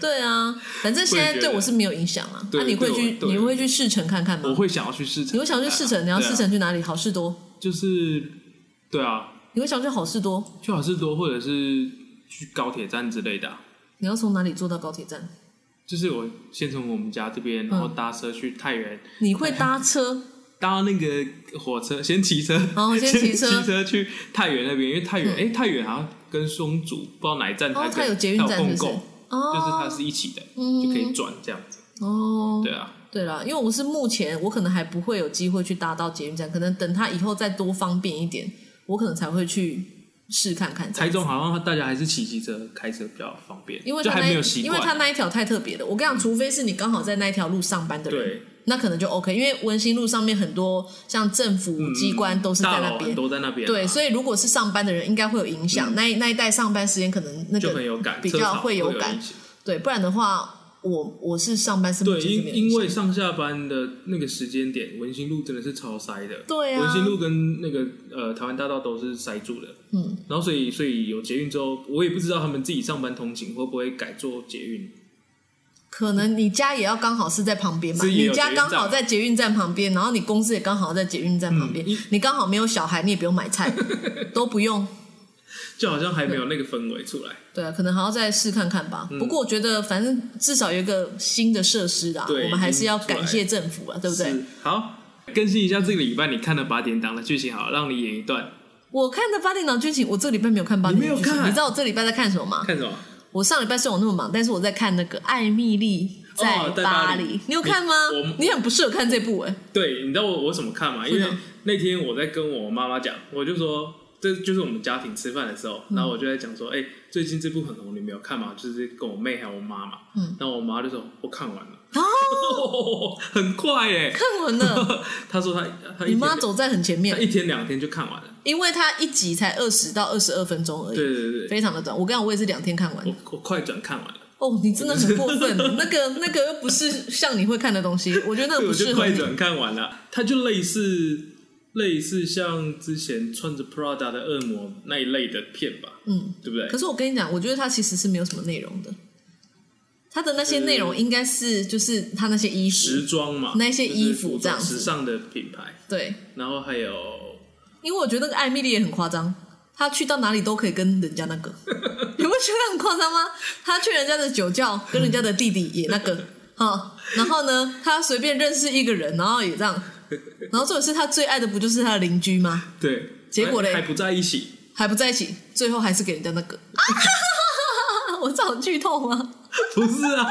[SPEAKER 2] 对啊，反正现
[SPEAKER 1] 我也
[SPEAKER 2] 在
[SPEAKER 1] 觉得
[SPEAKER 2] 对我是没有影响啊。
[SPEAKER 1] 对
[SPEAKER 2] 那、你会
[SPEAKER 1] 对
[SPEAKER 2] 去
[SPEAKER 1] 我对
[SPEAKER 2] 你会去试乘看看吗
[SPEAKER 1] 我？会想要去试城，
[SPEAKER 2] 你会想去试乘？你要
[SPEAKER 1] 对啊啊
[SPEAKER 2] 试乘去哪里？好事多。
[SPEAKER 1] 就是对啊，
[SPEAKER 2] 你会想去好事多？
[SPEAKER 1] 去好事多或者是去高铁站之类的啊、
[SPEAKER 2] 你要从哪里坐到高铁站？
[SPEAKER 1] 就是我先从我们家这
[SPEAKER 2] 嗯
[SPEAKER 1] 边，然后搭车去太原，
[SPEAKER 2] 你会搭车？
[SPEAKER 1] 搭那个火车，先骑车，
[SPEAKER 2] 哦先骑车嗯
[SPEAKER 1] 车，骑去太原那边，因为太原，哎、太原好像跟松竹不知道哪一站
[SPEAKER 2] 哦，
[SPEAKER 1] 跟
[SPEAKER 2] 它有捷运
[SPEAKER 1] 它
[SPEAKER 2] 站
[SPEAKER 1] 有
[SPEAKER 2] 是
[SPEAKER 1] 共
[SPEAKER 2] 不是
[SPEAKER 1] 构，？就是它
[SPEAKER 2] 哦，
[SPEAKER 1] 是一起的，
[SPEAKER 2] 嗯
[SPEAKER 1] 就可以转这样子。
[SPEAKER 2] 哦，
[SPEAKER 1] 对啊，
[SPEAKER 2] 对了，因为我是目前我可能还不会有机会去搭到捷运站，可能等它以后再多方便一点，我可能才会去试看看。
[SPEAKER 1] 台中好像大家还是骑机车、开车比较方便，
[SPEAKER 2] 因为
[SPEAKER 1] 就
[SPEAKER 2] 它
[SPEAKER 1] 还
[SPEAKER 2] 那
[SPEAKER 1] 没有习
[SPEAKER 2] 因为它
[SPEAKER 1] 惯。啊
[SPEAKER 2] 那一条太特别了。我跟你讲，除非是你刚好在那一条路上班的人
[SPEAKER 1] 对，
[SPEAKER 2] 那可能就 OK。因为文心路上面很多像政府机关都是在
[SPEAKER 1] 嗯大
[SPEAKER 2] 那
[SPEAKER 1] 佬
[SPEAKER 2] 边
[SPEAKER 1] 很，多在那边啊、
[SPEAKER 2] 对，所以如果是上班的人，应该会有影响。那一那一带上班时间可能那
[SPEAKER 1] 嗯就很
[SPEAKER 2] 个
[SPEAKER 1] 有感，
[SPEAKER 2] 比
[SPEAKER 1] 车
[SPEAKER 2] 较
[SPEAKER 1] 潮
[SPEAKER 2] 会
[SPEAKER 1] 有
[SPEAKER 2] 有感
[SPEAKER 1] 影响
[SPEAKER 2] 对，不然的话，我我是上班是目
[SPEAKER 1] 对，
[SPEAKER 2] 前是没
[SPEAKER 1] 因
[SPEAKER 2] 有影
[SPEAKER 1] 因
[SPEAKER 2] 响
[SPEAKER 1] 为上下班的那个时间点，文心路真的是超塞的。
[SPEAKER 2] 对啊
[SPEAKER 1] 文心路跟那个呃台湾大道都是塞住的。
[SPEAKER 2] 嗯，
[SPEAKER 1] 然后所以所以有捷运之后，我也不知道他们自己上班通勤会不会改做捷运。
[SPEAKER 2] 可能你家也要刚好是在旁边嘛，
[SPEAKER 1] 是也有
[SPEAKER 2] 你家
[SPEAKER 1] 捷运
[SPEAKER 2] 刚
[SPEAKER 1] 站
[SPEAKER 2] 好在捷运站旁边，然后你公司也刚好在捷运站旁边，
[SPEAKER 1] 嗯因
[SPEAKER 2] 你刚好没有小孩，你也不用 买菜，都不用。
[SPEAKER 1] 就好像还没有那个氛围出来。
[SPEAKER 2] 对啊，可能还要再试看看吧。
[SPEAKER 1] 嗯
[SPEAKER 2] 不过我觉得，反正至少有一个新的设施啦，
[SPEAKER 1] 对
[SPEAKER 2] 我们还是要
[SPEAKER 1] 已经出来
[SPEAKER 2] 感谢政府啊，对不对？
[SPEAKER 1] 是好，更新一下这个礼拜你看了八点档的剧情，好，让你演一段。
[SPEAKER 2] 我看的八点档剧情，我这个礼拜没有看八点
[SPEAKER 1] 你没
[SPEAKER 2] 档
[SPEAKER 1] 有
[SPEAKER 2] 剧情，
[SPEAKER 1] 看
[SPEAKER 2] 你知道我这礼拜在看什么吗？
[SPEAKER 1] 看什么？
[SPEAKER 2] 我上礼拜虽然我那么忙，但是我在看那个《艾米丽
[SPEAKER 1] 哦在
[SPEAKER 2] 巴
[SPEAKER 1] 巴
[SPEAKER 2] 黎》
[SPEAKER 1] 黎
[SPEAKER 2] 你有看吗
[SPEAKER 1] 你我们？
[SPEAKER 2] 你很不适合看这部哎、
[SPEAKER 1] 对，你知道我我怎么看吗？因
[SPEAKER 2] 是
[SPEAKER 1] 为
[SPEAKER 2] 吗
[SPEAKER 1] 那天我在跟我妈妈讲，我就说这就是我们家庭吃饭的时候，
[SPEAKER 2] 嗯
[SPEAKER 1] 然后我就在讲说，哎、最近这部很红，你没有看吗？就是跟我妹还有我妈嘛，
[SPEAKER 2] 嗯，
[SPEAKER 1] 然后我妈就说我看完了，
[SPEAKER 2] 啊，
[SPEAKER 1] 很快耶、
[SPEAKER 2] 看完了，
[SPEAKER 1] 她说她她一
[SPEAKER 2] 你
[SPEAKER 1] 天
[SPEAKER 2] 妈
[SPEAKER 1] 两
[SPEAKER 2] 走在很前
[SPEAKER 1] 她
[SPEAKER 2] 面，
[SPEAKER 1] 一天两天就看完了，
[SPEAKER 2] 因为她一集才二十到二十二分钟而已，
[SPEAKER 1] 对对对对，
[SPEAKER 2] 非常的短。我跟你讲，我也是两天看完
[SPEAKER 1] 我。我快转看完了，
[SPEAKER 2] 哦，你真的很过 分，那个那个又不是像你会看的东西，我觉得那个
[SPEAKER 1] 我
[SPEAKER 2] 不
[SPEAKER 1] 就
[SPEAKER 2] 适合
[SPEAKER 1] 快
[SPEAKER 2] 你。
[SPEAKER 1] 转看完了，它就类似类似像之前穿着 Prada 的恶魔那一类的片吧，
[SPEAKER 2] 嗯，
[SPEAKER 1] 对不对
[SPEAKER 2] 可？是我跟你讲，我觉得它其实是没有什么内容的，它的那些
[SPEAKER 1] 呃
[SPEAKER 2] 内容应该是就是它那些衣
[SPEAKER 1] 时
[SPEAKER 2] 服，
[SPEAKER 1] 装嘛，
[SPEAKER 2] 那些衣
[SPEAKER 1] 就是服
[SPEAKER 2] 服
[SPEAKER 1] 装
[SPEAKER 2] 这样子
[SPEAKER 1] 时尚的品牌，
[SPEAKER 2] 对，
[SPEAKER 1] 然后还有
[SPEAKER 2] 因为我觉得那个艾米丽也很夸张，她去到哪里都可以跟人家那 个，你不觉得很夸张吗？她去人家的酒窖，跟人家的弟弟也那个，哦，然后呢，她随便认识一个人，然后也这样，然后这种是她最爱的不就是她的邻居吗？
[SPEAKER 1] 对，
[SPEAKER 2] 结果嘞
[SPEAKER 1] 还还不在一起，
[SPEAKER 2] 还不在一起，最后还是给人家那个， 我这种剧透吗？
[SPEAKER 1] 不是啊？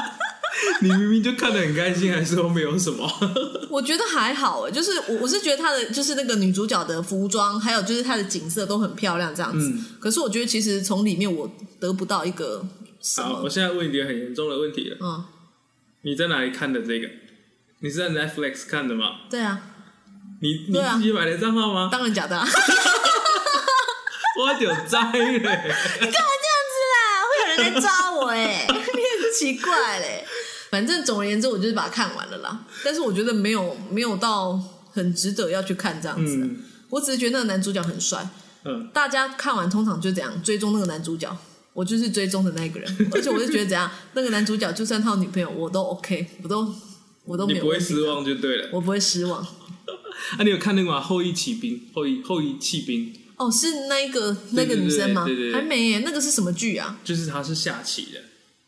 [SPEAKER 1] 你明明就看得很开心，还说没有什么，
[SPEAKER 2] 我觉得还好欸，就是我我是觉得她的就是那个女主角的服装，还有就是她的景色都很漂亮这样子。
[SPEAKER 1] 嗯
[SPEAKER 2] 可是我觉得其实从里面我得不到一个 什
[SPEAKER 1] 好，我
[SPEAKER 2] 么，
[SPEAKER 1] 现在问你一个很严重的问题了，
[SPEAKER 2] 嗯，
[SPEAKER 1] 你在哪里看的这个？你是在 Netflix 看的吗？
[SPEAKER 2] 对啊，
[SPEAKER 1] 你你
[SPEAKER 2] 对啊
[SPEAKER 1] 自己买的账号 吗？
[SPEAKER 2] 当然假的、啊，
[SPEAKER 1] 我有摘 嘞，
[SPEAKER 2] 你干嘛这样子啦？会有人来抓我 哎、你很奇怪嘞、反正总而言之，我就是把它看完了啦。但是我觉得没有没有到很值得要去看这样子的。
[SPEAKER 1] 嗯
[SPEAKER 2] 我只是觉得那个男主角很帅，
[SPEAKER 1] 嗯，
[SPEAKER 2] 大家看完通常就这样追踪那个男主角，我就是追踪的那一个 人，而且我就觉得怎样，那个男主角就算他有女朋友，我都 OK，我都我都没
[SPEAKER 1] 你
[SPEAKER 2] 有
[SPEAKER 1] 不会
[SPEAKER 2] 问题
[SPEAKER 1] 失，望就对了。
[SPEAKER 2] 我不会失望。
[SPEAKER 1] 啊，你有看那个吗？《后羿骑兵》后羿后羿骑兵，
[SPEAKER 2] 哦，是那一个那个
[SPEAKER 1] 对对
[SPEAKER 2] 女生吗？
[SPEAKER 1] 对对对
[SPEAKER 2] 还没耶，那个是什么剧啊？
[SPEAKER 1] 就是他是下棋的。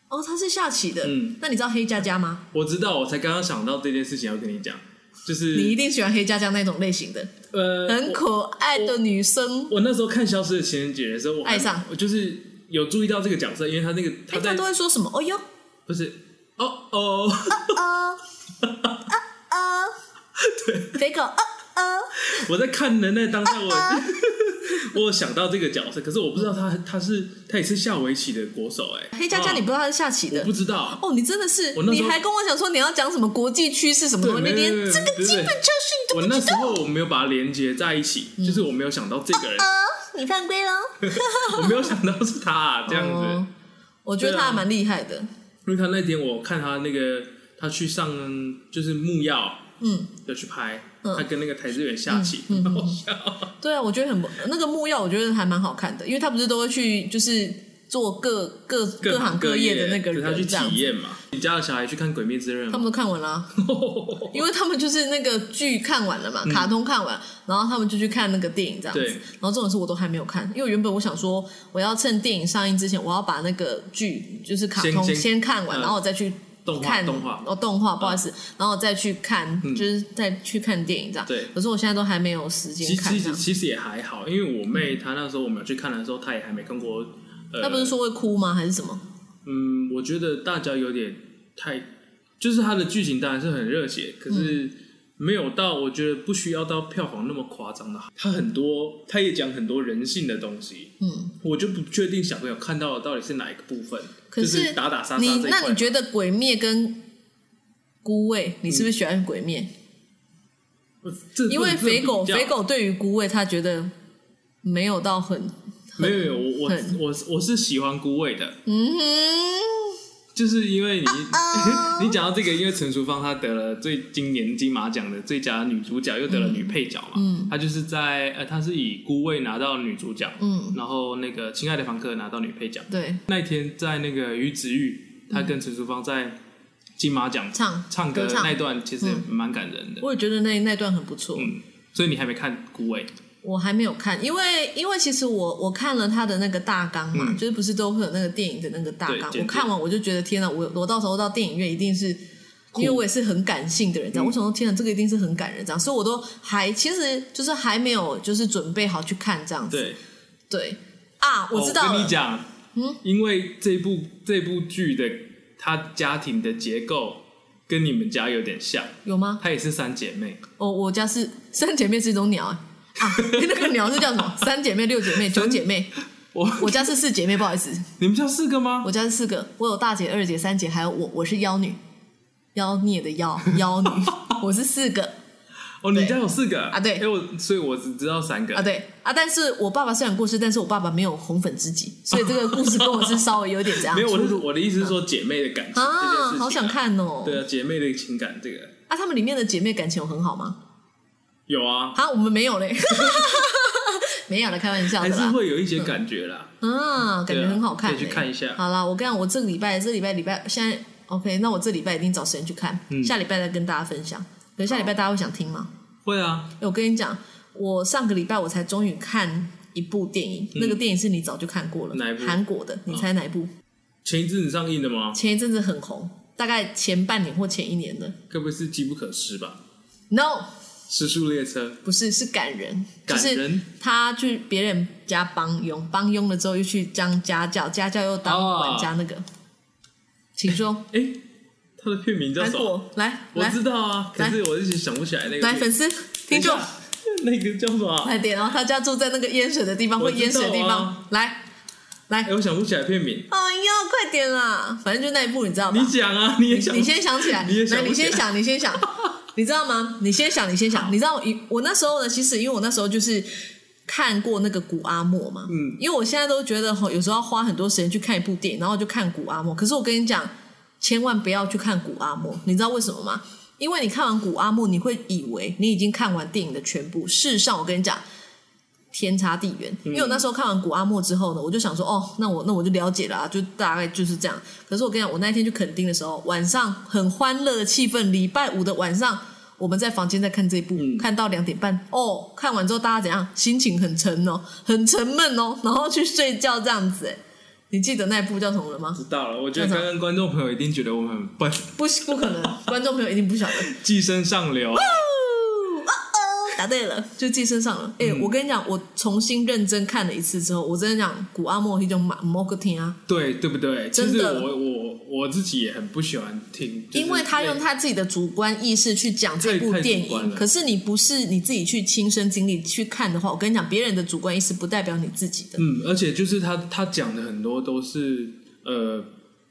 [SPEAKER 2] 哦，她是下棋的。
[SPEAKER 1] 嗯
[SPEAKER 2] 那你知道黑佳佳吗？
[SPEAKER 1] 我知道，我才刚刚想到这件事情要跟你讲。就是
[SPEAKER 2] 你一定喜欢黑佳佳那种类型的，
[SPEAKER 1] 嗯呃，
[SPEAKER 2] 很可爱的女生。
[SPEAKER 1] 我那时候看《消失的情人节》的时候，我还
[SPEAKER 2] 爱上，
[SPEAKER 1] 我就是有注意到这个角色，因为他那个他
[SPEAKER 2] 哎，
[SPEAKER 1] 在、
[SPEAKER 2] 她都会说什么？哦哟，
[SPEAKER 1] 不是哦哦，
[SPEAKER 2] 哦，哦哦，对，肥狗，哦哦，
[SPEAKER 1] 我在看的那当下我，我 有想到这个角色，可是我不知道他他是他也是下围棋的国手哎、
[SPEAKER 2] 黑佳佳，
[SPEAKER 1] 哦
[SPEAKER 2] 你不知道她是下棋
[SPEAKER 1] 我
[SPEAKER 2] 的
[SPEAKER 1] 不。知道，
[SPEAKER 2] 哦，你真的是
[SPEAKER 1] 我，那时
[SPEAKER 2] 你
[SPEAKER 1] 候
[SPEAKER 2] 还跟我讲说你要讲什么国际趋势什么
[SPEAKER 1] 对
[SPEAKER 2] 东西，
[SPEAKER 1] 没
[SPEAKER 2] 你连
[SPEAKER 1] 没没
[SPEAKER 2] 这个
[SPEAKER 1] 对
[SPEAKER 2] 基
[SPEAKER 1] 对
[SPEAKER 2] 本就是你
[SPEAKER 1] 我
[SPEAKER 2] 都不
[SPEAKER 1] 那
[SPEAKER 2] 知
[SPEAKER 1] 时
[SPEAKER 2] 道。
[SPEAKER 1] 候我没有把它连接在一起，
[SPEAKER 2] 嗯
[SPEAKER 1] 就是我没有想到这 个人，
[SPEAKER 2] 呃，你犯规了。
[SPEAKER 1] 我没有想到是他、啊这样子。
[SPEAKER 2] 哦我觉得
[SPEAKER 1] 对
[SPEAKER 2] 他
[SPEAKER 1] 啊
[SPEAKER 2] 还蛮厉害的。
[SPEAKER 1] 因为他那天我看他那个他去上就是木曜
[SPEAKER 2] 嗯，
[SPEAKER 1] 要去拍，
[SPEAKER 2] 嗯
[SPEAKER 1] 他跟那个台志远下棋，
[SPEAKER 2] 嗯嗯
[SPEAKER 1] 很好笑。
[SPEAKER 2] 对啊，我觉得很不那个木曜，我觉得还蛮好看的，因为他不是都会去就是做各各各行各业的那个
[SPEAKER 1] 对他去
[SPEAKER 2] 人这样
[SPEAKER 1] 体
[SPEAKER 2] 子，
[SPEAKER 1] 验嘛。你家的小孩去看《鬼灭之刃》
[SPEAKER 2] 他
[SPEAKER 1] 吗？
[SPEAKER 2] 们都看 完了啊、因为他们就是那个剧看完了嘛，卡通看完，然后他们就去看那个电影这样子。
[SPEAKER 1] 嗯对
[SPEAKER 2] 然后这种事我都还没有看，因为原本我想说，我要趁电影上映之前，我要把那个剧就是卡通
[SPEAKER 1] 先先
[SPEAKER 2] 先看完，
[SPEAKER 1] 嗯
[SPEAKER 2] 然后我再去
[SPEAKER 1] 动画
[SPEAKER 2] 看
[SPEAKER 1] 动画，嗯
[SPEAKER 2] 哦动画，不好意思，然后再去看，就是再去看电影这样。
[SPEAKER 1] 对
[SPEAKER 2] 可是我现在都还没有时
[SPEAKER 1] 其
[SPEAKER 2] 间看
[SPEAKER 1] 其
[SPEAKER 2] 这
[SPEAKER 1] 实
[SPEAKER 2] 样。
[SPEAKER 1] 其实也还好，因为我妹她那时候我们有去看的时候，她也还没看过。呃，
[SPEAKER 2] 那不是说会哭吗？还是什么？
[SPEAKER 1] 嗯，我觉得大家有点太，就是它的剧情当然是很热血，可是
[SPEAKER 2] 嗯
[SPEAKER 1] 没有到我觉得不需要到票房那么夸张的。它很多，它也讲很多人性的东西，
[SPEAKER 2] 嗯，
[SPEAKER 1] 我就不确定小朋友看到的到底是哪一个部分。
[SPEAKER 2] 可
[SPEAKER 1] 就是是打打杀杀
[SPEAKER 2] 你
[SPEAKER 1] 这一
[SPEAKER 2] 那
[SPEAKER 1] 块
[SPEAKER 2] 你觉得《鬼灭》跟《孤味》，你
[SPEAKER 1] 嗯
[SPEAKER 2] 是不是喜欢《鬼灭》
[SPEAKER 1] 这
[SPEAKER 2] 因为
[SPEAKER 1] 这
[SPEAKER 2] 肥狗
[SPEAKER 1] 这比较
[SPEAKER 2] 肥狗对于孤味，他觉得没有到很
[SPEAKER 1] 没有没有，我我
[SPEAKER 2] 很
[SPEAKER 1] 我我是喜欢孤味的，
[SPEAKER 2] 嗯哼，
[SPEAKER 1] 就是因为你、
[SPEAKER 2] 啊
[SPEAKER 1] 你讲到这个，因为陈淑芳她得了最今年金马奖的最佳女主角，又得了女配角嘛，嗯，她就是在呃，她是以孤味拿到女主角，
[SPEAKER 2] 嗯，
[SPEAKER 1] 然后那个亲爱的房客拿到女配角。
[SPEAKER 2] 对，
[SPEAKER 1] 那一天在那个于子玉，她跟陈淑芳在金马奖
[SPEAKER 2] 嗯唱
[SPEAKER 1] 唱歌
[SPEAKER 2] 歌唱嗯
[SPEAKER 1] 那一段，其实也蛮感人的，
[SPEAKER 2] 我也觉得那那段很不错。
[SPEAKER 1] 嗯，所以你还没看孤味，
[SPEAKER 2] 我还没有看，因为因为其实我我看了他的那个大纲嘛，
[SPEAKER 1] 嗯
[SPEAKER 2] 就是不是都会有那个电影的那个大
[SPEAKER 1] 对
[SPEAKER 2] 纲
[SPEAKER 1] 简，介
[SPEAKER 2] 我看完我就觉得天哪，我我到时候到电影院一定是。因
[SPEAKER 1] 嗯
[SPEAKER 2] 为我也是很感性的人，这样、我想说，天哪，这个一定是很感人，这样，所以我都还其实就是还没有就是准备好去看这样子。
[SPEAKER 1] 对。
[SPEAKER 2] 对啊，我知道
[SPEAKER 1] 哦
[SPEAKER 2] 了。
[SPEAKER 1] 跟你讲，
[SPEAKER 2] 嗯
[SPEAKER 1] 因为这部这部剧的它家庭的结构跟你们家有点像，
[SPEAKER 2] 有吗？
[SPEAKER 1] 它也是三姐妹，
[SPEAKER 2] 哦，我家是三姐妹是一种鸟、啊啊，那个鸟是叫什么？三姐妹、六姐妹、九姐妹。
[SPEAKER 1] 我
[SPEAKER 2] 我家是四姐妹，不好意思，
[SPEAKER 1] 你们家四个吗？
[SPEAKER 2] 我家是四个，我有大姐、二姐、三姐，还有我，我是妖女，妖孽的妖，妖女，我是四个
[SPEAKER 1] 哦，你家有四个
[SPEAKER 2] 啊对
[SPEAKER 1] 哎我所以我只知道三个
[SPEAKER 2] 啊，对啊，但是我爸爸虽然过世，但是我爸爸没有红粉知己，所以这个故事跟我是稍微有点这样
[SPEAKER 1] 没有，
[SPEAKER 2] 出
[SPEAKER 1] 我是
[SPEAKER 2] 啊入
[SPEAKER 1] 我的意思是说姐妹的感情这件事
[SPEAKER 2] 啊，
[SPEAKER 1] 情，
[SPEAKER 2] 好想。看哦。
[SPEAKER 1] 对啊，姐妹的情感这个
[SPEAKER 2] 啊，她们里面的姐妹感情有很好吗？
[SPEAKER 1] 有啊，
[SPEAKER 2] 啊，我们没有嘞， 没有了，开玩笑
[SPEAKER 1] 还
[SPEAKER 2] 的
[SPEAKER 1] 是
[SPEAKER 2] 啦。
[SPEAKER 1] 会有一些感觉啦。
[SPEAKER 2] 啊，感
[SPEAKER 1] 对啊
[SPEAKER 2] 觉很好看、欸，
[SPEAKER 1] 可以去看一下
[SPEAKER 2] 好啦，我跟你讲，我这个礼拜，这礼拜礼拜现在 OK，那我这礼拜一定找时间去看，
[SPEAKER 1] 嗯
[SPEAKER 2] 下礼拜再跟大家分享。可是下礼拜大家会想听吗？
[SPEAKER 1] 会啊，
[SPEAKER 2] 欸我跟你讲，我上个礼拜我才终于看一部电影，那个电影是你早就看过了，
[SPEAKER 1] 嗯哪一部哦
[SPEAKER 2] 韩国的，你猜哪一部？
[SPEAKER 1] 前一阵子上映的吗？
[SPEAKER 2] 前一阵子很红，大概前半年或前一年的。
[SPEAKER 1] 该不会是《机不可失》吧？
[SPEAKER 2] No，
[SPEAKER 1] 《失速列车》
[SPEAKER 2] 不是，是感人，
[SPEAKER 1] 感
[SPEAKER 2] 就是
[SPEAKER 1] 人
[SPEAKER 2] 他去别人家帮佣，帮佣了之后又去当家教，家教又当
[SPEAKER 1] 哦
[SPEAKER 2] 管家那个。请说。
[SPEAKER 1] 哎，它的片名叫
[SPEAKER 2] 韩
[SPEAKER 1] 什么？
[SPEAKER 2] 国来
[SPEAKER 1] 我
[SPEAKER 2] 来
[SPEAKER 1] 知道啊，可是我一直想不起来那个
[SPEAKER 2] 来，
[SPEAKER 1] 片
[SPEAKER 2] 粉丝
[SPEAKER 1] 等一
[SPEAKER 2] 听众
[SPEAKER 1] 下那个叫什么啊？
[SPEAKER 2] 快点哦！他家住在那个淹水的地方，
[SPEAKER 1] 我
[SPEAKER 2] 会
[SPEAKER 1] 知道啊
[SPEAKER 2] 淹水的地方，来来，
[SPEAKER 1] 哎、
[SPEAKER 2] 哎呦，
[SPEAKER 1] 我想不起来片名，
[SPEAKER 2] 快点啦！反正就那一部，你知道吧
[SPEAKER 1] 你？讲啊，你也想，
[SPEAKER 2] 你先想起来，
[SPEAKER 1] 你也想
[SPEAKER 2] 来，
[SPEAKER 1] 不
[SPEAKER 2] 你
[SPEAKER 1] 起
[SPEAKER 2] 先
[SPEAKER 1] 来
[SPEAKER 2] 想，你 先想，你知道吗？你先想，你先想，你知道我一我那时候呢，其实因为我那时候就是。看过那个古阿莫嘛？
[SPEAKER 1] 嗯，
[SPEAKER 2] 因为我现在都觉得吼，有时候要花很多时间去看一部电影，然后就看古阿莫。可是我跟你讲，千万不要去看古阿莫，你知道为什么吗？因为你看完古阿莫，你会以为你已经看完电影的全部。事实上，我跟你讲，天差地远。因为我那时候看完《古阿莫》之后呢，我就想说，哦，那我那我就了解了、啊，就大概就是这样。可是我跟你讲，我那一天去垦丁的时候，晚上很欢乐的气氛，礼拜五的晚上，我们在房间在看这部，看到两点半，哦，看完之后大家怎样？心情很沉哦，很沉闷哦，然后去睡觉这样子。哎，你记得那一部叫什么了吗？
[SPEAKER 1] 知道了。我觉得刚刚观众朋友一定觉得我们很笨，
[SPEAKER 2] 不，不可能，观众朋友一定不晓得。
[SPEAKER 1] 寄生上流，
[SPEAKER 2] 哦
[SPEAKER 1] 啊
[SPEAKER 2] 答对了，就记身上了。哎、我跟你讲，我重新认真看了一次之后，我真的讲古阿莫那种马莫个听啊，
[SPEAKER 1] 对对不对？其
[SPEAKER 2] 真
[SPEAKER 1] 实
[SPEAKER 2] 的
[SPEAKER 1] 我我我自己也很不喜欢听，就是哎
[SPEAKER 2] 因为他用他自己的主观意识去讲这部
[SPEAKER 1] 太太
[SPEAKER 2] 电
[SPEAKER 1] 主观
[SPEAKER 2] 影，
[SPEAKER 1] 了
[SPEAKER 2] 可是你不是你自己去亲身经历去看的话，我跟你讲，别人的主观意识不代表你自己的。
[SPEAKER 1] 嗯，而且就是他他讲的很多都是呃，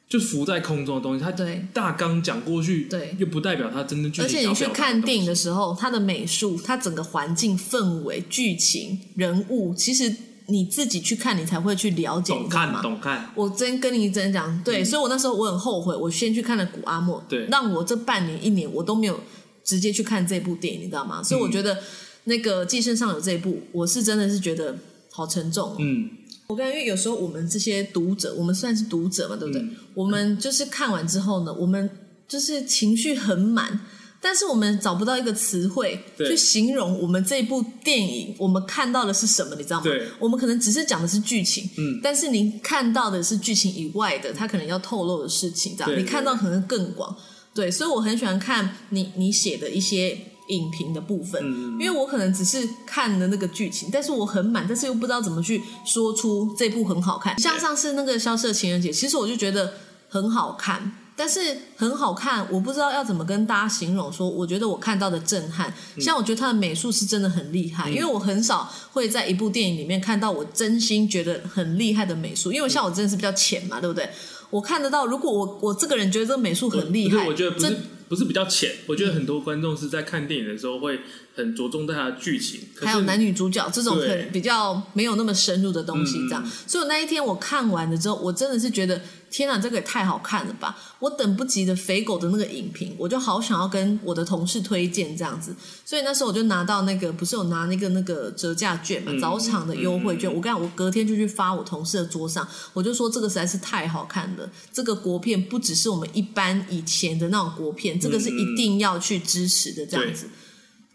[SPEAKER 1] 就浮在空中的东西，他
[SPEAKER 2] 对
[SPEAKER 1] 大纲讲过去，
[SPEAKER 2] 对
[SPEAKER 1] 又不代表他真的具体
[SPEAKER 2] 而且
[SPEAKER 1] 想
[SPEAKER 2] 你
[SPEAKER 1] 要
[SPEAKER 2] 去
[SPEAKER 1] 表达
[SPEAKER 2] 看
[SPEAKER 1] 的东
[SPEAKER 2] 电影
[SPEAKER 1] 西
[SPEAKER 2] 的时候，它的美术、它整个环境、氛围、剧情、人物，其实你自己去看，你才会去了解，
[SPEAKER 1] 懂
[SPEAKER 2] 你知道
[SPEAKER 1] 看
[SPEAKER 2] 吗？
[SPEAKER 1] 懂看，
[SPEAKER 2] 我真跟你真讲，对，所以我那时候我很后悔，我先去看了《古阿莫》，
[SPEAKER 1] 嗯对
[SPEAKER 2] 让我这半年一年我都没有直接去看这部电影，你知道
[SPEAKER 1] 嗯
[SPEAKER 2] 吗？所以我觉得那个《寄生上流》这一部，我是真的是觉得好沉重、哦。
[SPEAKER 1] 嗯，
[SPEAKER 2] 我感觉有时候我们这些读者，我们算是读者嘛，对不对？
[SPEAKER 1] 嗯
[SPEAKER 2] 我们就是看完之后呢，我们就是情绪很满，但是我们找不到一个词汇
[SPEAKER 1] 对
[SPEAKER 2] 去形容我们这部电影我们看到的是什么，你知道吗
[SPEAKER 1] 对？
[SPEAKER 2] 我们可能只是讲的是剧情，
[SPEAKER 1] 嗯，
[SPEAKER 2] 但是你看到的是剧情以外的，他可能要透露的事情，这样
[SPEAKER 1] 对
[SPEAKER 2] 你看到可能更广，对，所以我很喜欢看你你写的一些影评的部分，
[SPEAKER 1] 嗯
[SPEAKER 2] 因为我可能只是看了那个剧情，但是我很满，但是又不知道怎么去说出这部很好看。像上次那个《消失的情人节》，其实我就觉得很好看，但是很好看，我不知道要怎么跟大家形容说，我觉得我看到的震撼。
[SPEAKER 1] 嗯
[SPEAKER 2] 像我觉得它的美术是真的很厉害，因为我很少会在一部电影里面看到我真心觉得很厉害的美术，因为像我真的是比较浅嘛，对不对？我看得到，如果我我这个人觉得这个美术很厉
[SPEAKER 1] 不是
[SPEAKER 2] 害，
[SPEAKER 1] 我觉得不
[SPEAKER 2] 这
[SPEAKER 1] 是不是比较浅，我觉得很多观众是在看电影的时候会很着重在他的剧情，可
[SPEAKER 2] 还有
[SPEAKER 1] 是
[SPEAKER 2] 男女主角这种
[SPEAKER 1] 对
[SPEAKER 2] 很比较没有那么深入的东西，这样。
[SPEAKER 1] 嗯
[SPEAKER 2] 所以我那一天我看完了之后，我真的是觉得，天哪，这个也太好看了吧！我等不及的肥狗的那个影评，我就好想要跟我的同事推荐这样子。所以那时候我就拿到那个，不是有拿那个那个折价券
[SPEAKER 1] 嗯
[SPEAKER 2] 嘛，早场的优惠券。我跟你讲，我隔天就去发我同事的桌上，我就说这个实在是太好看了，这个国片不只是我们一般以前的那种国片，这个
[SPEAKER 1] 嗯
[SPEAKER 2] 是一定要去支持的这样子。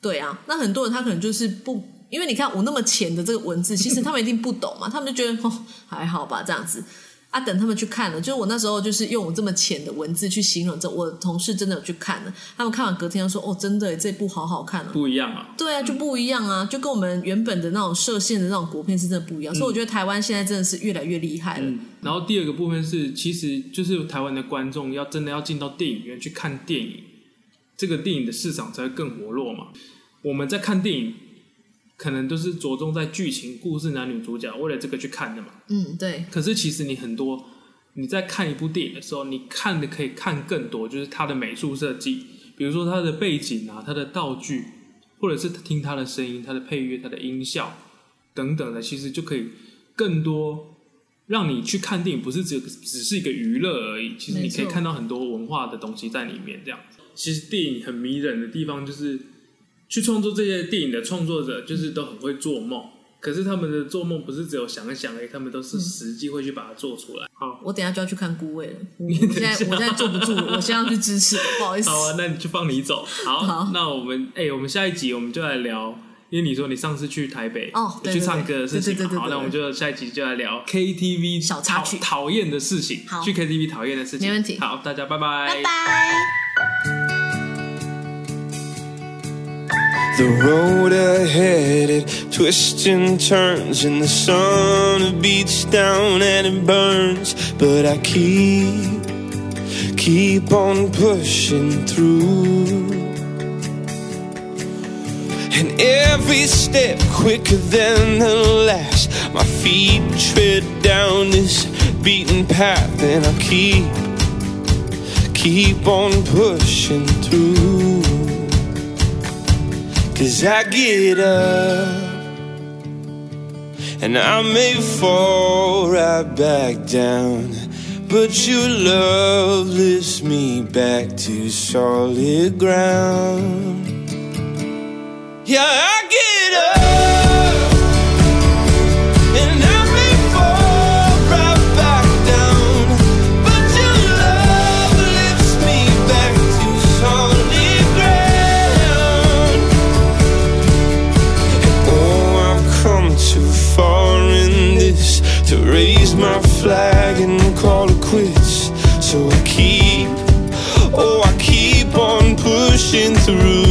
[SPEAKER 2] 对啊，那很多人他可能就是不，因为你看我那么浅的这个文 字，其实他们一定不懂嘛，他们就觉得哦还好吧这样子。啊，等他们去看了，就是我那时候就是用我这么浅的文字去形容这，我同事真的有去看了，他们看完隔天就说哦，真的耶这部好好看哦。
[SPEAKER 1] 不一样啊，
[SPEAKER 2] 对啊，就不一样啊，就跟我们原本的那种射线的那种国片是真的不一样，所以我觉得台湾现在真的是越来越厉害了。
[SPEAKER 1] 嗯，然后第二个部分是，其实就是台湾的观众要真的要进到电影院去看电影，这个电影的市场才会更活络嘛。我们在看电影，可能都是着重在剧情、故事、男女主角，为了这个去看的嘛。
[SPEAKER 2] 嗯，对，
[SPEAKER 1] 可是其实你很多你在看一部电影的时候，你看的可以看更多，就是它的美术设计，比如说它的背景啊、它的道具，或者是听它的声音、它的配乐、它的音效等等的，其实就可以更多让你去看电影，不是只只是一个娱乐而已，其实你可以
[SPEAKER 2] 没错
[SPEAKER 1] 看到很多文化的东西在里面。这样，其实电影很迷人的地方就是。去创作这些电影的创作者，就是都很会做梦。可是他们的做梦不是只有想一想而已，他们
[SPEAKER 2] 嗯
[SPEAKER 1] 都是实际会去把它做出来。好，
[SPEAKER 2] 我等一下就要去看孤味了， 我我现在我现在坐不住了，我现在要去支持了，不好意思。
[SPEAKER 1] 好啊，那你就放你走。好，
[SPEAKER 2] 好
[SPEAKER 1] 那我们哎、我们下一集我们就来聊，因为你说你上次去台北
[SPEAKER 2] 哦对
[SPEAKER 1] 去
[SPEAKER 2] 对
[SPEAKER 1] 唱
[SPEAKER 2] 对
[SPEAKER 1] 歌的事情嘛，
[SPEAKER 2] 对对对对
[SPEAKER 1] 好，
[SPEAKER 2] 对
[SPEAKER 1] 那我们就下一集就来聊 KTV
[SPEAKER 2] 小插曲
[SPEAKER 1] 讨讨厌的事情，
[SPEAKER 2] 好
[SPEAKER 1] 去 KTV 讨厌的事情，
[SPEAKER 2] 没问题
[SPEAKER 1] 好，大家
[SPEAKER 2] 拜拜。
[SPEAKER 3] The road ahead it twists and turns, and the sun it beats down and it burns. But I keep, keep on pushing through. And every step quicker than the last, my feet tread down this beaten path, and I keep, keep on pushing through. Cause I get up and I may fall right back down. But your love lifts me back to solid ground. Yeah, I get up and I may fall right back down. But your love lifts me back to solid ground. Oh, I've come too far in this to raise my flag and call it quits. So I keep, oh, I keep on pushing through. Oh, Oh, Oh,